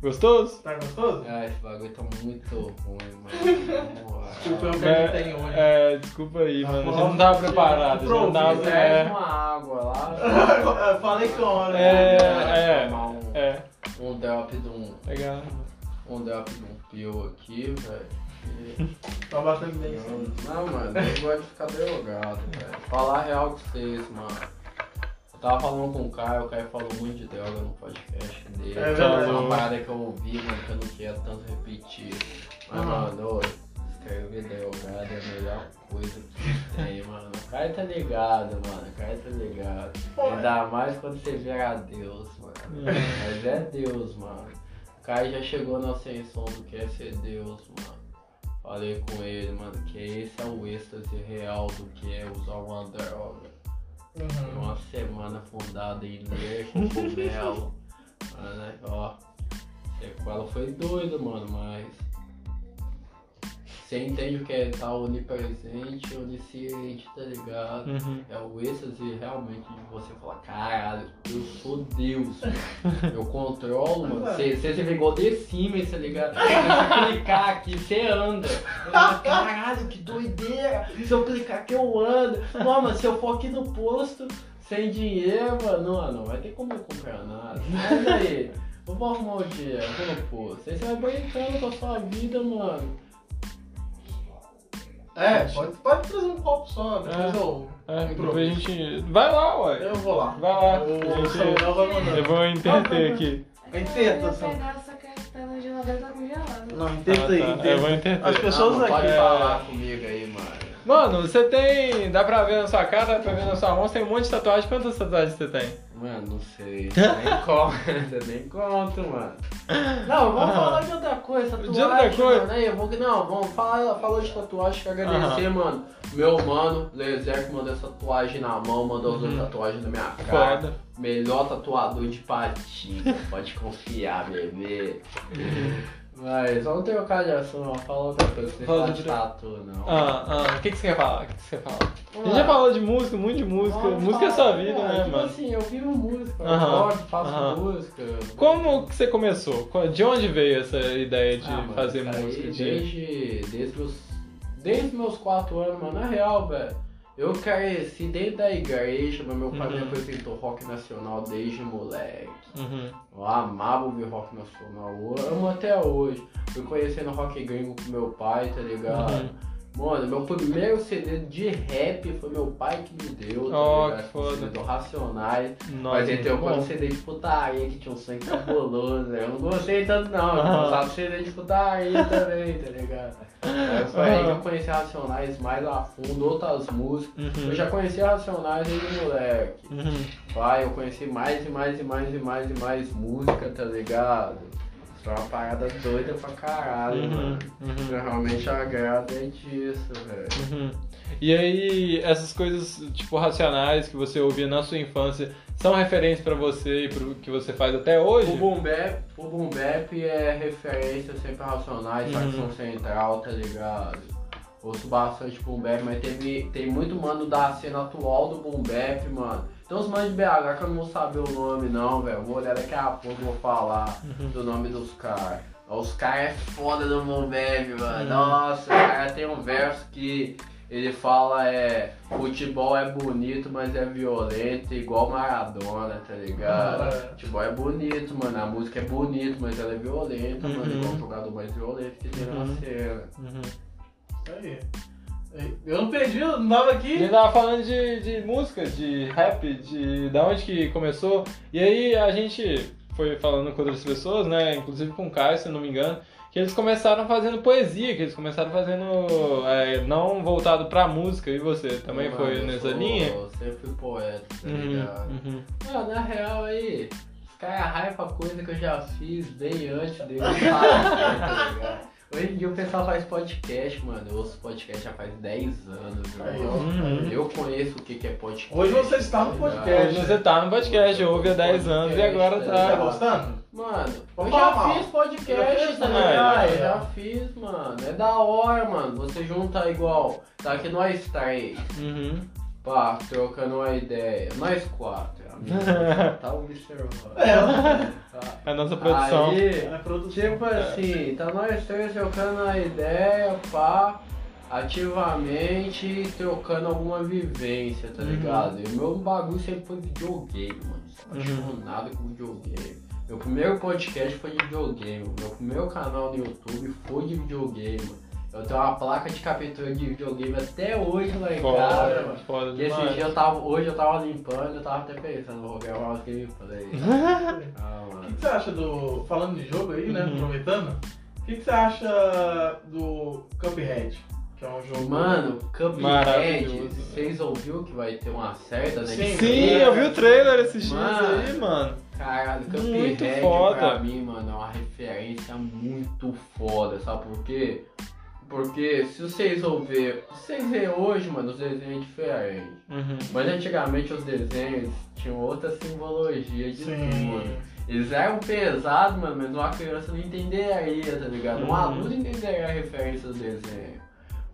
Gostoso?
Tá
É.
gostoso?
Ah, esse bagulho tá muito ruim, mano. Na moral.
Desculpa, eu
É,
acreditei em hoje.
É, desculpa aí,
um, né? Tá
mano.
bom.
A
né?
gente não tava preparado. A gente não
Improviso,
tava.
Traz
É,
uma água lá. tá
Eu Falei com hora.
É, é.
Tomar um,
é,
um drop de um,
legal.
um drop de um pio aqui, velho. E-
Tá bastante bem isso.
Não, mano, eu gosto de ficar drogado, velho. Falar a real com vocês, mano. Eu tava falando com o Caio, o Caio falou muito de droga no podcast dele.
É verdade.
Uma parada que eu ouvi, mano, que eu não queria tanto repetir. Mas,
Uhum.
mano, ô, escrever drogado é a melhor coisa que tem, mano. O Caio tá ligado, mano. O Caio tá ligado.
é.
Ainda mais quando você vira Deus, mano. Mas é Deus, mano. O Caio já chegou na ascensão do que é ser Deus, mano. Falei com ele, mano, que esse é o êxtase real do que é usar uma droga. Foi
Uhum.
uma semana fundada em ler cogumelo. mano, né? ó. Sequela foi doida, mano, mas. Você entende o que é estar onipresente, onisciente, tá ligado?
Uhum.
É o êxtase realmente de você falar, caralho, eu sou Deus, mano. eu controlo, mano. Você você se ligou de cima, tá ligado? Se clicar aqui, você anda. Eu falo, Caralho, que doideira! Se eu clicar aqui, eu ando. Não, mas se eu for aqui no posto, sem dinheiro, mano, não, não vai ter como eu comprar nada. Mas aí, eu vou arrumar o dinheiro, vou no posto. Aí você vai brincando com a sua vida, mano.
É, pode, pode trazer um copo só, depois
É.
eu.
É,
improviso.
depois a gente. Vai lá, ué.
Eu vou lá.
Vai lá.
O
Gente,
Samuel vai mandar. Ah, tá.
eu vou interter aqui.
Entenda,
Eu
Sam.
vou pegar essa cartela na geladeira tá congelada.
Não,
Tá,
entenda aí,
tá. Eu vou
entenda. As
interter.
pessoas
não, não
aqui.
Pode falar comigo aí, mano.
Mano, você tem. Dá pra ver na sua cara, dá pra ver na sua mão, você tem um monte de tatuagem. Quantas tatuagens você tem?
Mano, não sei. Nem conta, nem conto, mano. Não, vamos
Aham.
falar de outra coisa, tatuagem.
De outra coisa?
Mano, aí, eu vou, não, vamos falar, falou de tatuagem, quero agradecer, mano. Meu mano, Lezer, que mandou essa tatuagem na mão, mandou as duas
Uhum.
tatuagens na minha cara.
Foda.
Melhor tatuador de patinha, pode confiar, bebê. Mas vamos trocar de assunto, fala outra coisa, você
Fala
fala
de-
de tatu, não.
Ah, ah. O que, que você quer falar? O que, que você quer falar? A gente já falou de música, muito de música.
Vamos
música é
falar,
sua vida,
mano,
né,
tipo
mano?
assim, eu vivo música, eu
Aham,
acordo, faço
aham.
música.
Como que você começou? Co- De onde veio essa ideia de
Ah, mano,
fazer
isso aí
música? De...
Desde, desde, meus, desde meus quatro anos, mano, na real, velho. Eu cresci dentro da igreja, mas meu pai me
Uhum.
apresentou rock nacional desde moleque.
Uhum.
Eu amava ouvir rock nacional, eu amo até hoje. Fui conhecendo rock gringo com meu pai, tá ligado?
Uhum.
Mano, meu primeiro CD de rap foi meu pai que me deu, tá
Ó,
ligado?
que foda.
CD do Racionais.
Nossa,
Mas ele tem
muito bom.
um CD de putaria que tinha um sangue cabuloso, né? Eu não gostei tanto não, eu
Aham.
usava CD de putaria também, tá ligado?
É,
Aí foi aí que eu conheci Racionais mais a fundo, outras músicas.
Uhum.
Eu já conheci Racionais desde moleque.
Uhum.
Vai, eu conheci mais e mais e mais e mais e mais música, tá ligado? Isso é uma parada doida pra caralho,
Uhum,
mano.
uhum.
Eu realmente agrado é disso, velho.
Uhum. E aí, essas coisas, tipo, racionais que você ouvia na sua infância, são referência pra você e pro que você faz até hoje?
O boom bap, o boom bap é referência sempre a Racionais,
Uhum.
Facção Central, tá ligado? Ouço bastante boom bap, mas teve, tem muito mano da cena atual do boom bap, mano. Tem uns manos de BH que eu não vou saber o nome não, velho. Vou olhar daqui a pouco e vou falar
Uhum.
do nome dos caras.
Uhum.
Ó, Os caras é foda do boom bap, mano. Nossa, o cara tem um verso que... Ele fala é. Futebol é bonito, mas é violento, igual Maradona, tá
Uhum.
ligado?
Ah.
Futebol é bonito, mano. A música é bonita, mas ela é violenta, mano.
Uhum.
Igual o jogador mais violento que tem na
Uhum.
cena.
Uhum.
Isso aí. Eu não perdi, eu não tava aqui.
Ele tava falando de, de música, de rap, de da onde que começou. E aí a gente foi falando com outras pessoas, né? Inclusive com o Caio, se eu não me engano, que eles começaram fazendo poesia, que eles começaram fazendo é, não voltado pra música. E você também
Então, Mano,
foi
eu
nessa
sou-
linha?
Eu sempre fui poeta, tá ligado?
Uhum, uhum.
Mano, na real aí, os caras é raipam coisa que eu já fiz bem antes dele fazer, tá ligado? Hoje em dia o pessoal faz podcast, mano. Eu ouço podcast já faz 10 anos,
Aí,
viu?
ó.
Uhum.
Eu conheço o que que é podcast.
Hoje você está no
tá
podcast.
Hoje você tá no podcast, eu ouvi há 10 anos e agora
Tá
tá.
gostando?
Mano, eu
Vamos
já
falar mal.
fiz podcast, tá
né?
ligado? Eu
É.
já fiz, mano. É da hora, mano. Você juntar igual. Tá aqui nós três.
Uhum.
Pá, trocando uma ideia. Nós quatro. A minha tá observando.
É.
Tá.
A nossa produção.
Aí,
É produtivo.
Tipo assim, tá nós três trocando a ideia, pá, ativamente trocando alguma vivência, tá
Uhum.
ligado? E o meu bagulho sempre foi videogame, mano. Sou
Uhum.
apaixonado com videogame. Meu primeiro podcast foi de videogame, meu primeiro canal no YouTube foi de videogame. mano. Eu tenho uma placa de captura de videogame até hoje lá em casa,
Foda,
mano.
foda
E esse
demais.
dia eu tava, hoje eu tava limpando, eu tava até pensando, vou gravar os gameplays. ah,
O
mano.
que, que você acha do. Falando de jogo aí, né?
Uhum.
Aproveitando. O que, que você acha do Cuphead? Que é um jogo.
Mano, Cuphead,
Maravilhoso.
vocês ouviram que vai ter uma certa né?
Sim.
Sim, eu vi o trailer esses dias
Mano.
aí, mano.
Caralho,
Muito
Cuphead pra
foda.
mim, mano, é uma referência muito foda, sabe por quê? Porque se vocês ouvir, se vocês verem hoje, mano, os desenhos é diferente.
Uhum.
Mas antigamente os desenhos tinham outra simbologia de tudo.
Sim.
Eles eram pesados, mano, mas uma criança não entenderia, tá ligado? Um
Uhum.
aluno entenderia a referência do desenho.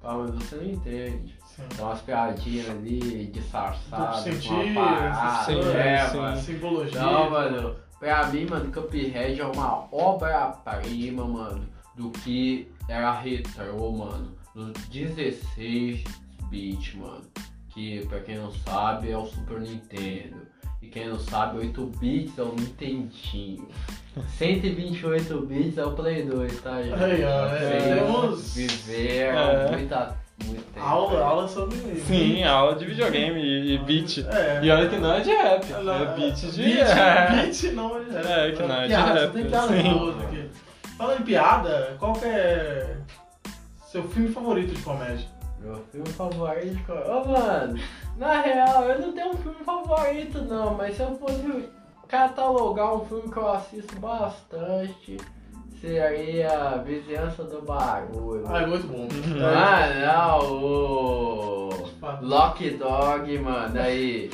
Ah, mas você não entende.
Sim.
Dá umas piadinhas ali, disfarçadas,
Duplo
com uma
sentido,
parada,
essas coisas,
é,
sim.
mano.
Simbologia.
Não, mano, pra mim, mano, Cuphead é uma obra-prima, mano, do que era retrô, mano, no 16-bit, mano, que, pra quem não sabe, é o Super Nintendo. E quem não sabe, 8 bits é o Nintendinho. 128 bits é o Play 2, tá, gente?
Aí, ó, é,
Vocês
temos-
viveram
É.
muita, muito tempo.
Aula, aula sobre isso.
Sim, aula de videogame e, e beat.
É.
E olha que não é de rap, é beat de rap.
Beat não, já.
É, que não, é de
piada,
rap,
só tem piada
sim.
boa aqui. Falando em piada, qual que é seu filme favorito de comédia?
Meu filme favorito. co- Ô, mano, na real, eu não tenho um filme favorito, não, mas se eu fosse catalogar um filme que eu assisto bastante, seria Vizinhança do Barulho.
Ah, é muito bom.
Uhum.
É,
Ah, não, o. Lock Dog, mano, aí.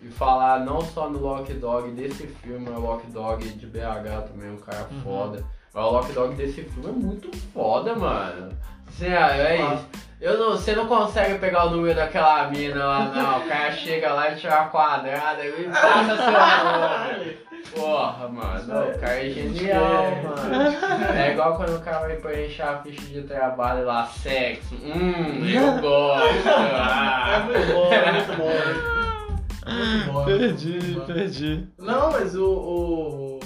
E falar não só no Lock Dog desse filme, é o Lock Dog de BH também, um cara
Uhum.
foda. Mas o Lock Dog desse filme é muito foda, mano. Sério, é
Ah.
isso. Eu não, você não consegue pegar o número daquela mina lá, não. O cara chega lá e tira uma quadrada e me passa assim, seu nome. Porra, mano, o cara é genial,
É.
mano. É igual quando o cara vai preencher a ficha de trabalho lá, sexo. Hum, eu gosto.
É
Ah.
muito bom, é muito bom. é Muito bom.
Perdi,
Muito bom.
perdi.
Não, mas o. o,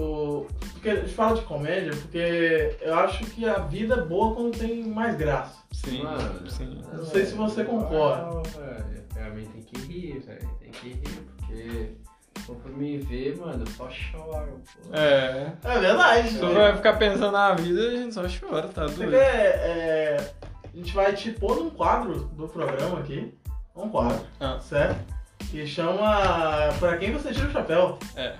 o porque a gente fala de comédia porque eu acho que a vida é boa quando tem mais graça.
Sim,
Mano.
sim.
Não sei se você concorda.
Não, velho. Pra mim tem que rir, velho. Tem que rir, porque se for pra me ver, mano, eu só choro, pô.
É.
É verdade.
Se
né?
tu vai ficar pensando na vida, a gente só chora, tá
Você
doido?
quer. é, a gente vai te pôr num quadro do programa aqui. Um quadro,
Ah.
certo? Que chama Pra quem você tira o chapéu.
É.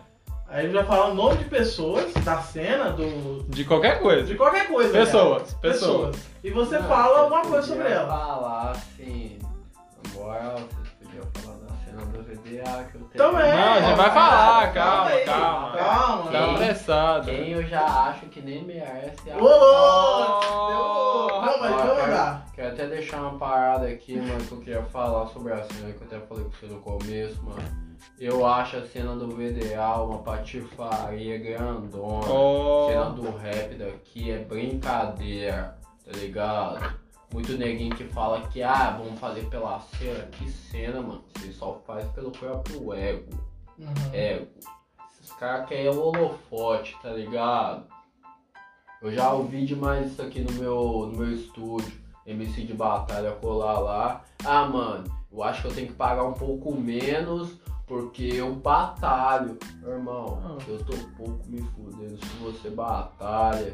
Aí ele vai falar o nome de pessoas, da cena, do.
De qualquer coisa.
De qualquer coisa. né?
Pessoas, pessoas.
E você
Não,
fala alguma
vocês
coisa sobre
podiam
ela.
falar assim. Na moral, vocês podiam falar da cena do VBA que eu tenho.
Também.
Não, a gente vai falar, calma,
aí,
calma.
Calma,
Tá
calma.
apressado.
Quem eu já acho que nem merece.
Ô, louco!
Oh,
Deu- Não, mas
rapaz.
vou mandar.
Quero até deixar uma parada aqui, mano, que eu queria falar sobre a cena que eu até falei com você no começo, mano. Eu acho a cena do VDA uma patifaria grandona. A
Oh.
cena do rap daqui é brincadeira, tá ligado? muito neguinho que fala que, ah, vamos fazer pela cena. Que cena, mano? Você só faz pelo próprio ego.
Uhum.
ego. Esses caras querem o holofote, tá ligado? Eu já ouvi demais isso aqui no meu, no meu estúdio, MC de batalha colar lá. Ah, mano, eu acho que eu tenho que pagar um pouco menos porque eu batalho. Meu Irmão,
Ah.
eu tô um pouco me fudendo se você batalha.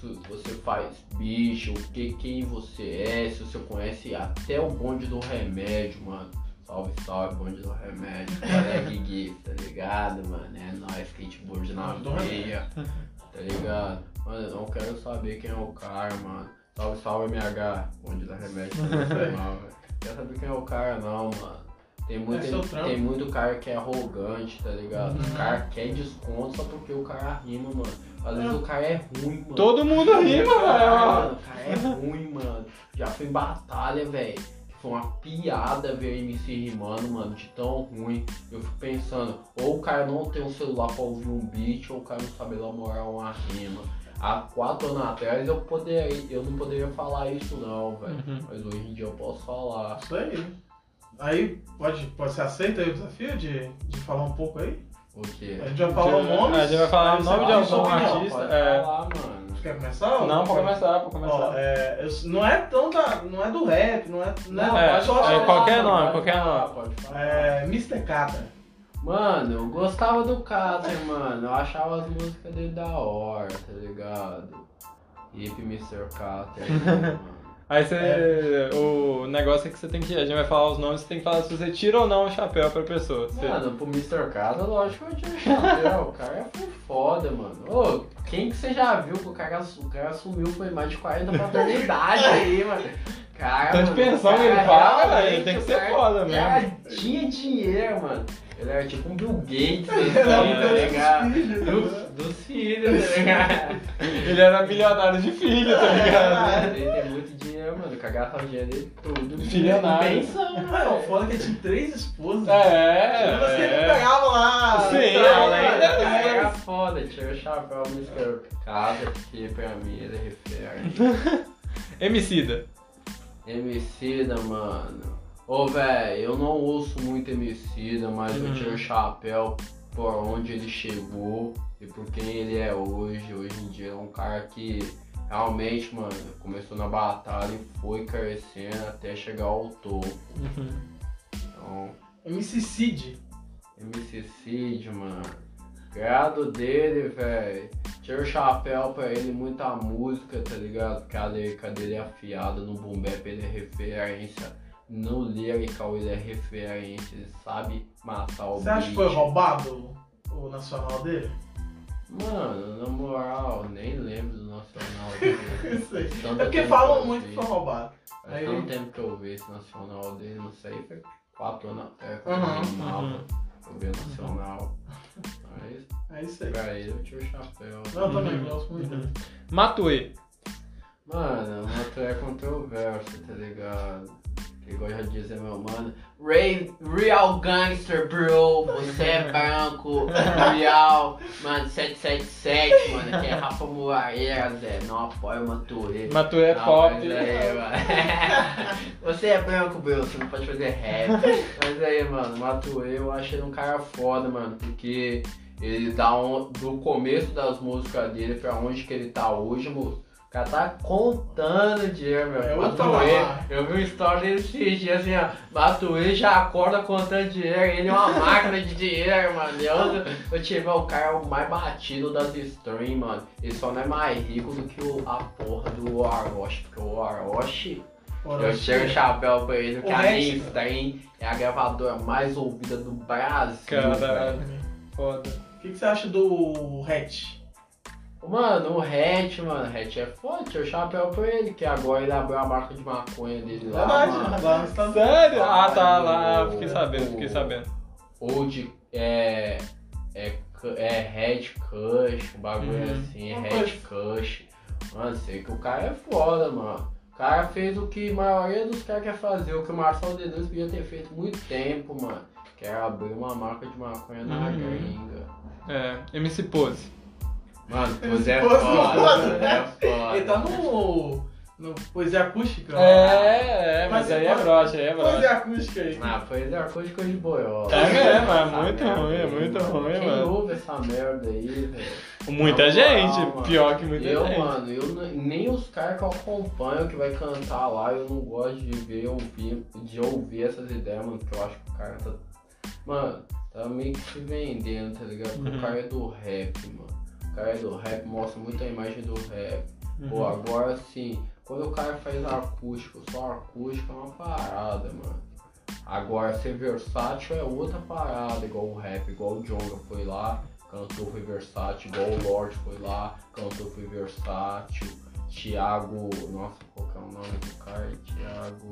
Se você faz bicho, o que quem você é, se você conhece até o bonde do remédio, mano. Salve, salve, bonde do remédio. Galera Gui, tá ligado, mano? É nóis, skateboard na
Bonde do remédio.
veia, tá ligado? Mano, eu não quero saber quem é o cara, mano. Salve, salve, MH, bonde do remédio. Não, velho. quero saber quem é o cara, não, mano. Tem muito,
É seu trampo.
tem muito cara que é arrogante, tá ligado? O cara quer desconto só porque o cara rima, mano. Às vezes o cara é ruim, mano.
Todo mundo rima, velho.
Mano, o cara é ruim, mano. Já foi em batalha, velho. Foi uma piada ver o MC rimando, mano, de tão ruim. Eu fico pensando, ou o cara não tem um celular pra ouvir um beat, ou o cara não sabe elaborar uma rima. Há quatro anos atrás eu poderia, eu não poderia falar isso não, velho.
Uhum.
Mas hoje em dia eu posso falar.
Isso aí. Aí, pode, pode ser aceita aí o desafio de, de falar um pouco aí?
O quê?
A gente vai falar o nome.
A gente vai falar o nome É, de
Pode
algum
falar,
artista,
pode
é.
falar, mano.
Quer começar?
Não, pode começar, pode
Ó,
começar.
é, eu- não é tão da. Não é do rap, não é. Não,
é,
é, só
é qualquer
mano,
nome,
pode
qualquer
falar,
nome.
Pode falar.
é, Mr. Kata.
Mano, eu gostava do Kater, mano. Eu achava as músicas dele da hora, tá ligado? Hip Mr. Kater, né, mano.
Aí você. O negócio é que você tem que. A gente vai falar os nomes, você tem que falar se você tira ou não o chapéu pra pessoa. Você-
Mano, pro Mr. Kater, lógico que eu tinha chapéu. O cara foi foda, mano. Ô, quem que você já viu que o cara, o cara sumiu foi mais de 40 paternidade aí, mano. Cara,
Tanto
mano,
pensão que ele
cara,
paga,
realmente,
ele tem que
o
ser
cara
foda
era- Tinha dinheiro, mano. Ele era tipo um Bill Gates, assim,
Era um
tá
dos
ligado?
filhos, né?
Dos, dos filhos, tá ligado?
Ele era bilionário de filho, tá ligado?
Ele tem muito dinheiro, mano. Cagar o dinheiro dele tudo.
Bilionário.
Pensão,
Ah, o
mano.
foda é que ele tinha três esposas. Mas ele
É, é.
pegava lá.
Sim,
então,
além
mano,
das-
é,
Era foda, tirei o chapéu, me escreveu casa, porque pra mim ele é referência.
Emicida.
Emicida, mano. Ô, velho, eu não ouço muito Emicida, mas eu
Uhum.
tiro o chapéu por onde ele chegou e por quem ele é hoje. Hoje em dia é um cara que realmente, mano, começou na batalha e foi crescendo até chegar ao topo. Então,
MC Cid.
MC Cid, mano. Grado dele, velho. Tira o chapéu pra ele, muita música, tá ligado? Porque a lírica dele é afiada, no boom bap ele é referência. No lyrical ele é referência, ele sabe matar o
Você acha que foi
beat.
roubado o nacional dele?
Mano, na moral, nem lembro do nacional dele.
Isso aí.
Tanto
É porque
tempo que
falam
eu
muito
vi.
que foi roubado.
Faz
Aí-
tanto tempo que eu vi esse nacional dele, não sei, foi quatro anos até. que
Aham.
Eu mal,
Uhum.
eu vi o nacional. Mas
É isso aí.
Pra ele eu tiro o chapéu.
Não, eu também
Uhum.
gosto muito dele.
Matue.
Mano, o Mato é controverso, tá ligado? Que igual já dizia meu mano. Ray, real gangster, bro. Você é branco, real. Mano, 777, mano. Que é Rafa Moareira, Zé. Não apoia o Maturê.
Matue é
Não,
pop.
mas aí, mano. Você é branco, Bill, você não pode fazer rap. Mas aí, mano, Matuê eu acho ele um cara foda, mano, porque ele dá um. Do começo das músicas dele pra onde que ele tá hoje, moço. O cara tá contando dinheiro, meu.
É outra
Matuê,
lá.
eu vi uma história dele esses dias assim, ó. Matuê já acorda contando dinheiro, ele é uma máquina de dinheiro, mano. E Eu, eu tive o cara é o mais batido das stream, mano. Ele só não é mais rico do que o, a porra do Orochi, porque o Orochi, eu tiro o chapéu pra ele, porque
O
a
resto-
minha stream é a gravadora mais ouvida do Brasil. velho.
Caralho. Foda.
O que, que você acha do Hatch?
Mano, o Hatch, mano, o Hatch é forte, eu chapéu pra ele, que agora ele abriu a marca de maconha dele lá,
Verdade, né?
mano.
lá nos Estados Unidos.
Sério? Ah, tá lá. Fiquei sabendo, fiquei sabendo.
ou de é é cu- é head cush, um bagulho
Uhum.
assim, é
Uma
head cush. Mano, sei que o cara é foda, mano. O cara fez o que a maioria dos caras quer fazer, o que o Marcelo D2 podia ter feito há muito tempo, mano. Que era abrir uma marca de maconha na
Uhum.
gringa.
É, MC Pose.
Mano,
Ele
pois é
se pôs no
foda,
foda,
mano,
né?
é foda.
Ele tá no. No poesia acústica?
É, é, mas,
Mas
aí é
pode-
broxa, aí é broxa.
Poesia acústica aí.
Ah, pois é a coisa de coisa de boiola.
É mesmo, é
Essa
muito
merda
ruim, é
aí,
muito
mano.
ruim,
Quem
mano.
ouve essa merda aí, velho?
Muita
Na
gente,
moral, é. mano.
pior que muita
eu,
gente.
mano, eu n- nem os caras que eu acompanho que vai cantar lá, eu não gosto de ver, ouvir, de ouvir essas ideias, mano, porque eu acho que o cara tá. Mano, tá meio que se vendendo, tá ligado? Porque
Uhum.
o cara é do rap, mano. O cara é do rap, mostra muito a imagem do rap. Pô,
Uhum.
agora sim, quando o cara faz acústico, só acústico é uma parada, mano. Agora ser versátil é outra parada, igual o rap, igual o Jonga foi lá, cantou foi versátil, igual o Lorde foi lá, cantou foi versátil, Thiago. Nossa, qual que é o nome do cara? Thiago.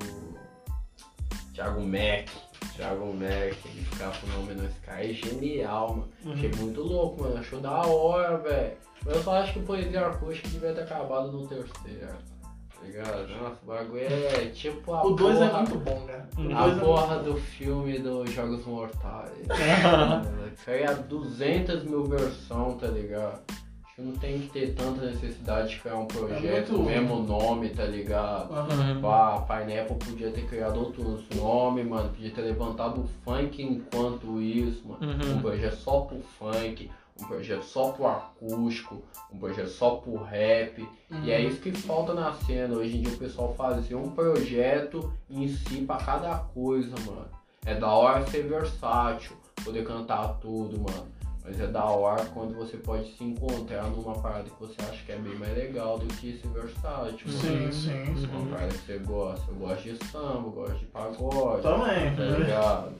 Thiago Mac. Thiago Mac, ele ficava com o nome nesse cara, é genial, mano.
Uhum.
Achei muito louco, mano. Achou da hora, velho. Mas eu só acho que o poesia acústica devia ter acabado no terceiro. Tá ligado? Nossa, o bagulho é tipo a
O 2 é
porra,
muito bom, cara. O
a
dois é
porra do filme dos Jogos Mortais. É, Cria 200 mil versões, tá ligado? Acho que não tem que ter tanta necessidade de criar um projeto,
muito
o mesmo nome, tá ligado? Tipo,
Aham.
Uhum.
Pá, Pineapple podia ter criado outro nome, mano. Podia ter levantado o funk enquanto isso, mano.
Uhum.
Um projeto só pro funk, um projeto só pro acústico, um projeto só pro rap. E é isso que falta na cena. Hoje em dia o pessoal fazer um projeto em si pra cada coisa, mano. É da hora ser versátil, poder cantar tudo, mano. Mas é da hora quando você pode se encontrar numa parada que você acha que é bem mais legal do que ser versátil.
Sim,
mano.
sim. sim.
Uma parada que você gosta. Eu gosto de samba, eu gosto de pagode, tá
Também.
ligado?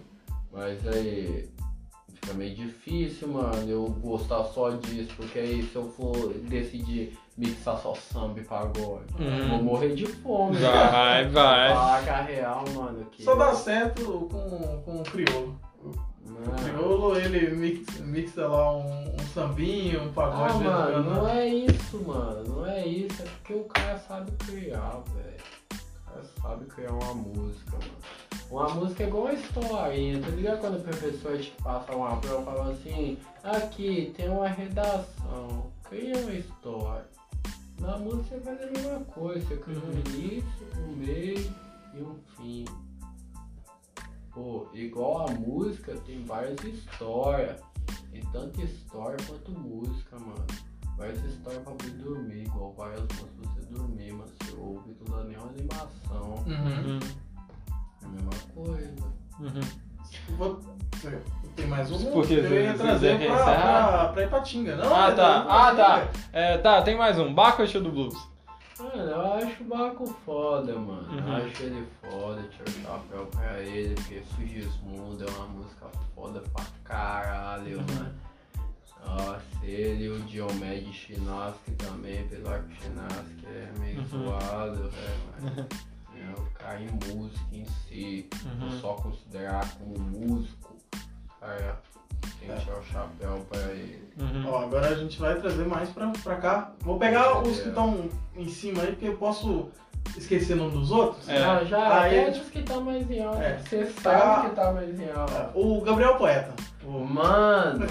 Mas aí fica meio difícil, mano, eu gostar só disso, porque aí se eu for decidir mixar só samba e pagode, eu vou
Uhum.
morrer de fome. cara.
Vai, vai.
Falar que a real, mano, que...
é. Só dá certo com, com o crioulo. O
Não.
crioulo, ele mixa, mixa lá um, um sambinho, um
Ah,
pagode. né,
mano,
né?
não é isso, mano. Não é isso. É porque o cara sabe criar, velho. O cara sabe criar uma música, mano. Uma música é igual uma historinha. Tá ligado quando o professor te passa uma prova e fala assim: aqui tem uma redação, cria uma história. Na música você faz a mesma coisa. Você cria um
Uhum.
início, um meio e um fim. Pô, igual a música, tem várias histórias. Tem tanta história quanto música, mano. Várias histórias pra você dormir, igual várias músicas pra você dormir, mano. Você ouve, não dá nenhuma animação.
Uhum.
Uhum.
É a mesma coisa.
Uhum.
Tipo, Vou- Tem mais
Tipo,
um?
Por que
eu ia
você-
trazer
você quer
pra,
encerrar?
pra, pra Ipatinga. Não, é
Ah,
eu
tá.
trago pra
Ah, tá.
Ipatinga.
É, tá, tem mais um. Baco ou show do blues?
Mano, eu acho o Baco foda, mano.
Uhum.
Eu acho ele foda, tiro o chapéu pra ele, porque Sugismundo é uma música foda pra
Uhum.
caralho, mano. Nossa, ele e o Diomed Chinaski também, apesar que o Chinaski é
Uhum.
meio zoado, né, velho, mas eu caí em música em si, não
Uhum.
só considerar como músico, cara, tem que tirar o chapéu pra ele.
Uhum.
Ó, agora a gente vai trazer mais pra, pra cá. Vou pegar os que estão em cima aí, porque eu posso esquecer um dos outros.
É.
Ah, já,
Aí-
até diz que tá mais em alta,
É.
você
Ah.
sabe que tá mais em alta.
O Gabriel é um Poeta. O-
Mano,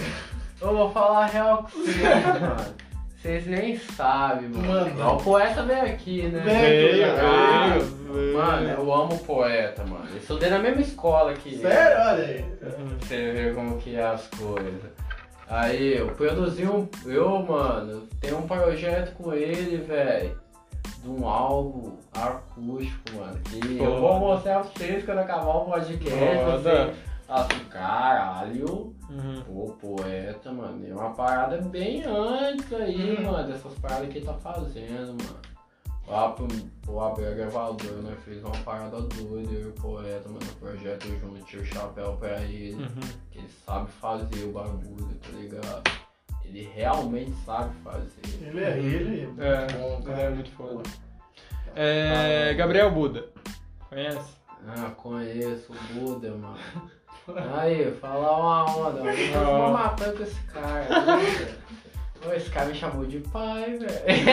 eu vou falar a real com vocês, mano. Vocês nem sabem, mano.
Mano.
O poeta veio aqui, né?
Veio,
Veio,
Ah,
veio, veio.
Mano, eu amo o poeta, mano. Eu estudei na mesma escola que ele. é.
Sério? Olha aí.
Uhum.
Você vê como que é as coisas. Aí, eu produzi um. Eu, mano, tenho um projeto com ele, velho. De um álbum acústico, mano. Que eu vou mostrar pra vocês quando acabar o podcast.
Foda.
Assim, assim, caralho.
Uhum.
Pô, poeta, mano, é uma parada bem antes aí, mano, dessas paradas que ele tá fazendo, mano. Lá pro, pro Abel Gravador, nós fez uma parada doida, eu e o poeta, mano, o projeto junto, tira o chapéu pra ele,
Uhum.
que ele sabe fazer o bagulho, tá ligado? Ele realmente sabe fazer.
Ele é ele.
É,
bom,
ele
cara.
é muito foda. É, Gabriel Buda. Conhece?
Ah, conheço o Buda, mano. Aí, falar uma onda, mano. Eu vou uma matança com esse cara. né? Pô, esse cara me chamou de pai, velho.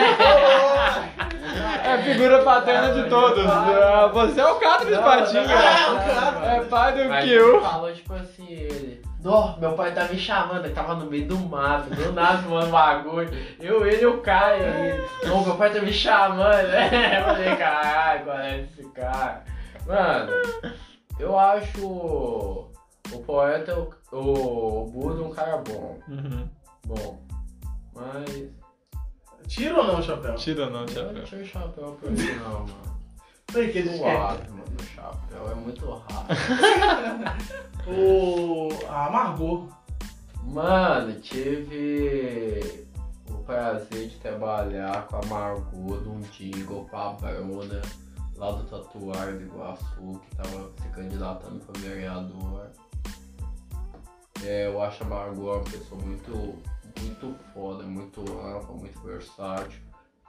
É a figura paterna de todos. Ah, Você é o cara do
Não,
Espadinha.
não, não,
cara.
não,
É
mano.
pai do
Mas
Kill.
ele falou tipo assim, ele. Nó, meu pai tá me chamando, ele tava no meio do mato, do nada fumando bagulho. Eu, ele, eu caio. Ele, Não, meu pai tá me chamando. Eu falei, caralho, qual é esse cara? Mano, eu acho o o poeta, o, o Buda, um cara bom.
Uhum.
Bom. Mas.
Tira ou não, chapéu?
Tira não,
Eu não
chapéu.
tinha o chapéu pra mim, não, mano.
Tem que eles querem.
Suave, mano, o chapéu é muito raro.
O. A Margot.
Mano, tive o prazer de trabalhar com a Margot num jingle com a Bruna, lá do Tatuário do Iguaçu, que tava se candidatando pra vereador. É, eu acho a Margot uma pessoa muito, muito foda, muito ampla, muito versátil.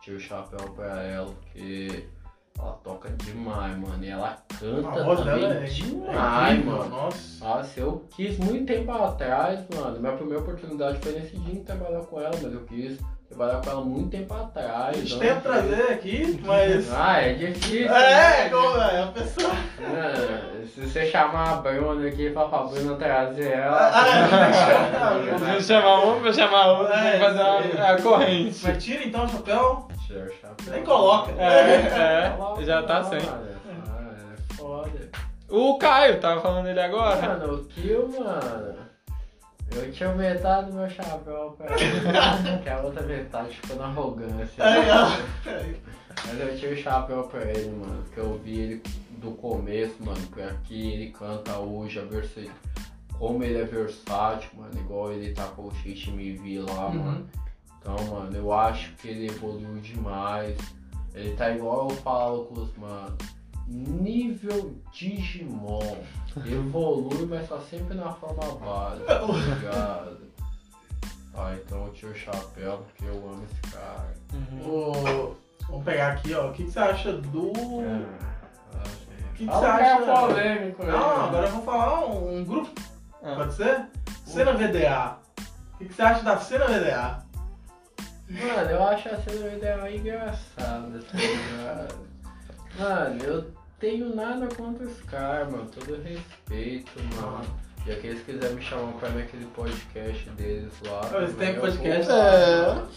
Tiro o chapéu pra ela, porque ela toca demais, mano. E ela
a
canta
voz
também
dela é
tá demais,
incrível,
mano.
Nossa.
Nossa, eu quis muito tempo atrás, mano. Minha primeira oportunidade foi nesse dia de trabalhar com ela, mas eu quis trabalhar com ela muito tempo
A
atrás.
gente
antes
tenta
de-
trazer aqui, mas.
Ah, é difícil.
É,
né?
como é? A pessoa.
Mano, Se você chamar a Bruna aqui pra pra Bruna trazer
Ah,
Eu
ela.
vou chamar um, vou chamar outro,
É,
vou fazer uma, a corrente.
Mas tira então o chapéu.
Tira o chapéu.
Nem coloca.
É,
Coloca,
é, já tá
não,
sem.
mano. Ah, é foda.
O Caio, tava falando ele agora.
Mano, o Kill, mano. Eu tinha metade do meu chapéu pra que a outra metade ficou na arrogância.
É, ó.
Mas eu tinha o chapéu pra ele, mano. Porque eu vi ele do começo, mano. Porque aqui ele canta hoje, a versão. Como ele é versátil, mano. Igual ele tá com o Xixi Me Vi lá,
Uhum.
mano. Então, mano, eu acho que ele evoluiu demais. Ele tá igual eu falo com os, mano. Nível Digimon. Evolui, mas tá sempre na forma básica, tá ligado? Ah, então eu tiro o chapéu porque eu amo esse cara.
Uhum.
O- Vamos pegar aqui, ó. O que, que você acha do. O que, que você
Ah, é
acha?
polêmico, né?
Não, "Ah, agora eu vou falar um, um grupo,
Ah.
pode ser? Cena VDA. O que, que você acha da cena VDA?
Mano, eu acho a cena do ideal engraçada, tá ligado? Mano, eu tenho nada contra os caras, mano. Todo respeito, mano. E aqueles que quiserem me chamar pra ver aquele podcast deles lá.
Eles
também,
têm
eu
podcast?
vou,
É.
mano,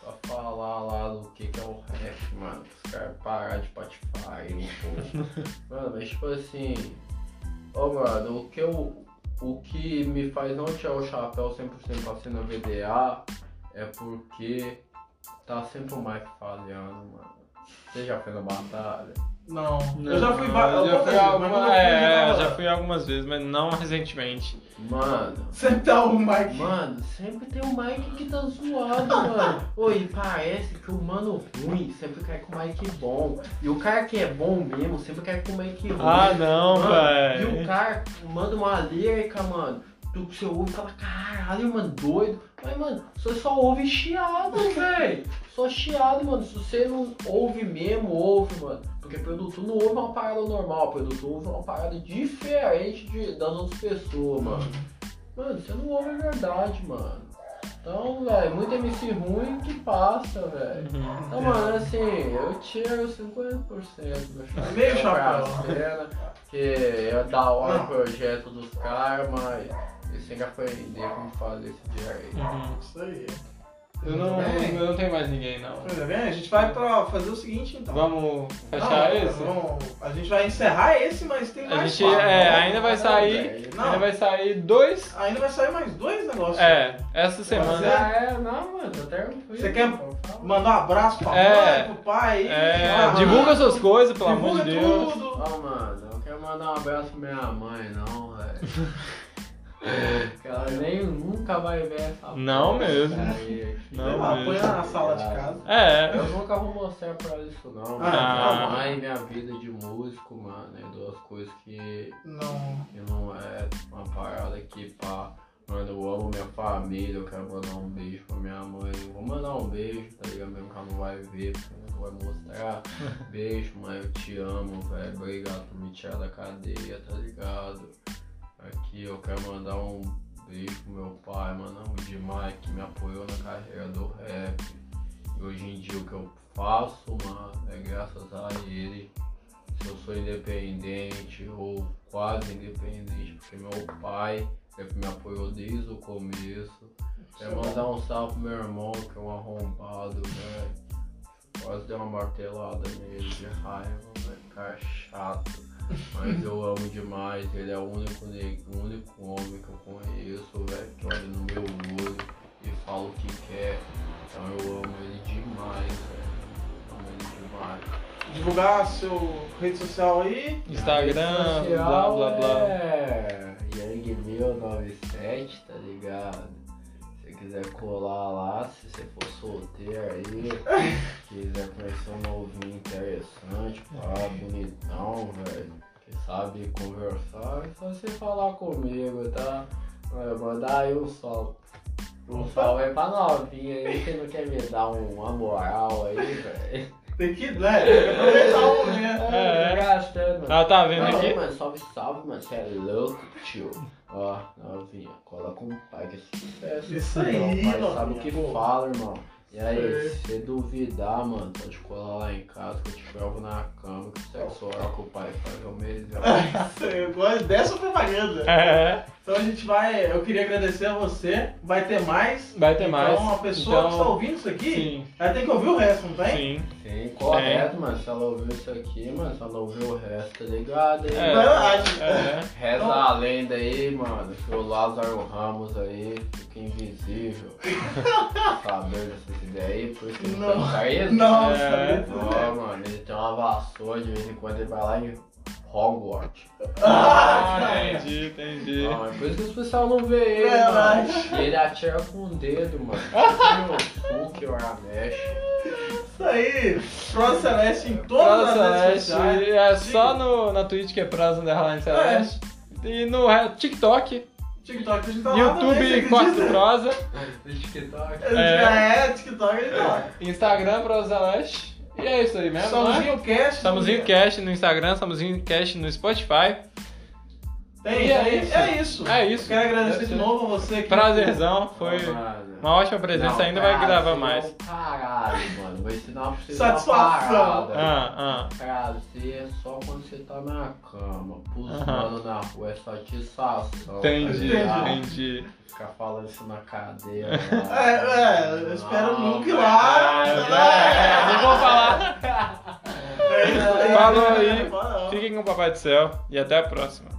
Pra falar lá do que, que é o rap, mano. Os caras parar de patifar aí um pouco. mano, mas tipo assim. Ô, mano, o que eu. O que me faz não tirar o chapéu 100% pra ser na VDA é porque tá sempre o Mike falhando, mano. Você já foi na batalha?
Não.
Não,
Eu já fui va-
Ah, eu já
algumas
fui,
vezes,
alguma-
mas quando eu fui,
é,
já
eu
tava
já
lá.
fui algumas vezes, mas não recentemente.
Mano.
Sempre tá o Mike.
Mano, sempre tem o Mike que tá zoado, mano. Oi, parece que o mano ruim sempre quer que o Mike bom. E o cara que é bom mesmo sempre quer que o Mike ruim.
Ah, não,
Mano, E o
velho.
cara manda uma lyrica, mano. Tu que você ouve e fala, caralho, mano, doido. Mas, mano, você só ouve chiado, velho. Só chiado, mano. Se você não ouve mesmo, ouve, mano. Porque produtor não ouve uma parada normal. Produtor ouve uma parada diferente de- das outras pessoas, mano. Mano, você não ouve a verdade, mano. Então, velho, muito MC ruim que passa, velho.
Uhum.
Então, mano, assim, eu tiro 50% do chapéu.
Meio
pra
chapéu.
cena, que é da hora
Não.
o projeto dos caras, mas eles têm que aprender como fazer esse direito.
Uhum.
é Isso aí.
Eu não,
Uhum.
eu não tenho mais ninguém, não.
Pois é, bem, a gente vai pra fazer o seguinte então.
Vamos fechar
Não,
esse?
vamos- a gente vai encerrar esse, mas tem
A
mais
gente
quatro.
é, ainda vai
Não,
sair.
velho.
Não.
Ainda vai sair dois.
Ainda vai sair mais dois negócios.
É, essa
Mas
semana.
Já é, não, mano, tá tranquilo.
Você quer-
pô, fala.
Mandar um abraço pra
É.
mãe, pro pai.
É,
Ah,
divulga suas coisas, pelo amor
divulga
de Deus.
tudo.
Ó, mano, eu não quero mandar um abraço pra minha mãe, não, velho. Que ela nem nunca vai ver essa
Não
porra
mesmo.
sair aqui.
Não
Ah, põe
mesmo.
na sala de casa.
É.
Eu nunca vou mostrar pra ela isso, não.
Ah.
Minha mãe, minha vida de músico, mano, é duas coisas que
Não.
E não é uma parada que pá. Mano, eu amo minha família, eu quero mandar um beijo pra minha mãe. Eu vou mandar um beijo, tá ligado? Mesmo que ela não vai ver, porque ela não vai mostrar. Beijo, mãe, eu te amo, velho. Obrigado por me tirar da cadeia, tá ligado? Aqui eu quero mandar um beijo pro meu pai, mano, amo demais, que me apoiou na carreira do rap. E hoje em dia o que eu faço, mano, é graças a ele se eu sou independente ou quase independente, porque meu pai Sempre me apoiou desde o começo. Quer mandar um salve pro meu irmão, que é um arrombado, velho. Quase deu uma martelada nele de raiva, velho. Cara chato. Mas eu amo demais, ele é o único negro, o único homem que eu conheço, velho, que olha no meu olho e fala o que quer. Então eu amo ele demais, velho. Amo ele demais.
Divulgar seu rede social aí.
Instagram,
Rede
blá
social
blá blá.
É Yang1097, tá ligado? Se você quiser colar lá, se você for solteiro aí, quiser conhecer um novinho interessante, pá, bonitão, velho, que sabe conversar, é só você falar comigo, tá? Eu mandar aí um salve. Um salve aí pra novinha aí, que não quer me dar uma moral aí, velho.
Tem que, né? tem que Aproveitar o momento.
É.
Tô gastando, mano.
Ela tá vendo
Não,
aqui?
mano, salve, salve, mano. Você é louco, tio. Ó, novinha, cola com o pai que é sucesso.
Isso
irmão.
aí,
O pai sabe
novinha,
o que
pô.
fala, irmão. E aí,
Sei.
se você duvidar, mano, pode colar lá em casa que eu te pego na cama, que o sexo oral que o pai faz é o melhor.
Eu gosto dessa propaganda.
É,
Então a gente vai. Eu queria agradecer a você. Vai ter mais.
vai ter mais.
Então a pessoa que está ouvindo isso aqui,
Sim,
ela tem que ouvir o resto, não tem?
sim.
Sim, correto, mano. Se ela ouviu isso aqui, mano, se ela ouviu o resto, tá ligado? Hein?
É.
Então, Verdade.
É.
Reza
Então-
a lenda aí, mano, que o Lázaro Ramos aí fica invisível. Saber dessas ideias é aí, por isso que ele
Não.
não tá isso.
Não,
É.
sabe?
Ó, mano, ele tem uma vassoura de vez em quando ele vai lá em Hogwarts.
Ah, entendi, entendi.
Ah, mas por isso que os pessoal não vê ele,
Verdade.
mano. E ele atira com o dedo, mano. Tipo o Hulk ou a mexe.
Isso aí. Prazo Celeste em todas
Prazo
as redes
Celeste
sociais.
é só no, na Twitch que é Prazo Underline Celeste. E no re- TikTok,
TikTok a gente tá lá também, você
YouTube Quarto
acredita?
Prosa,
TikTok.
A gente É, TikTok a gente tá lá.
Instagram Prazo Celeste. E é isso aí mesmo. né?
Samuzinho Cast.
Samuzinho Cast no Instagram, Samuzinho Cast no Spotify.
Tem,
E é
é
isso.
isso. É isso.
É isso.
Quero agradecer
Deve
de
ser.
novo a você que.
Prazerzão, foi
mano.
uma ótima presença,
Não,
ainda vai
cara,
gravar
você
mais.
é um Caralho, mano. Vou ensinar pra você
Satisfação.
uma parada.
Ah, ah.
Prazer é só quando você tá na cama. Pros
Aham.
mano na rua é satisfação.
Entendi,
tá ligado?
entendi.
Ficar falando isso na cadeira. né?
É, é, eu espero nunca ir
Ah,
lá.
é, é, não vou falar.
É isso aí.
Falou aí.
Fala.
Fiquem com o Papai do Céu e até a próxima.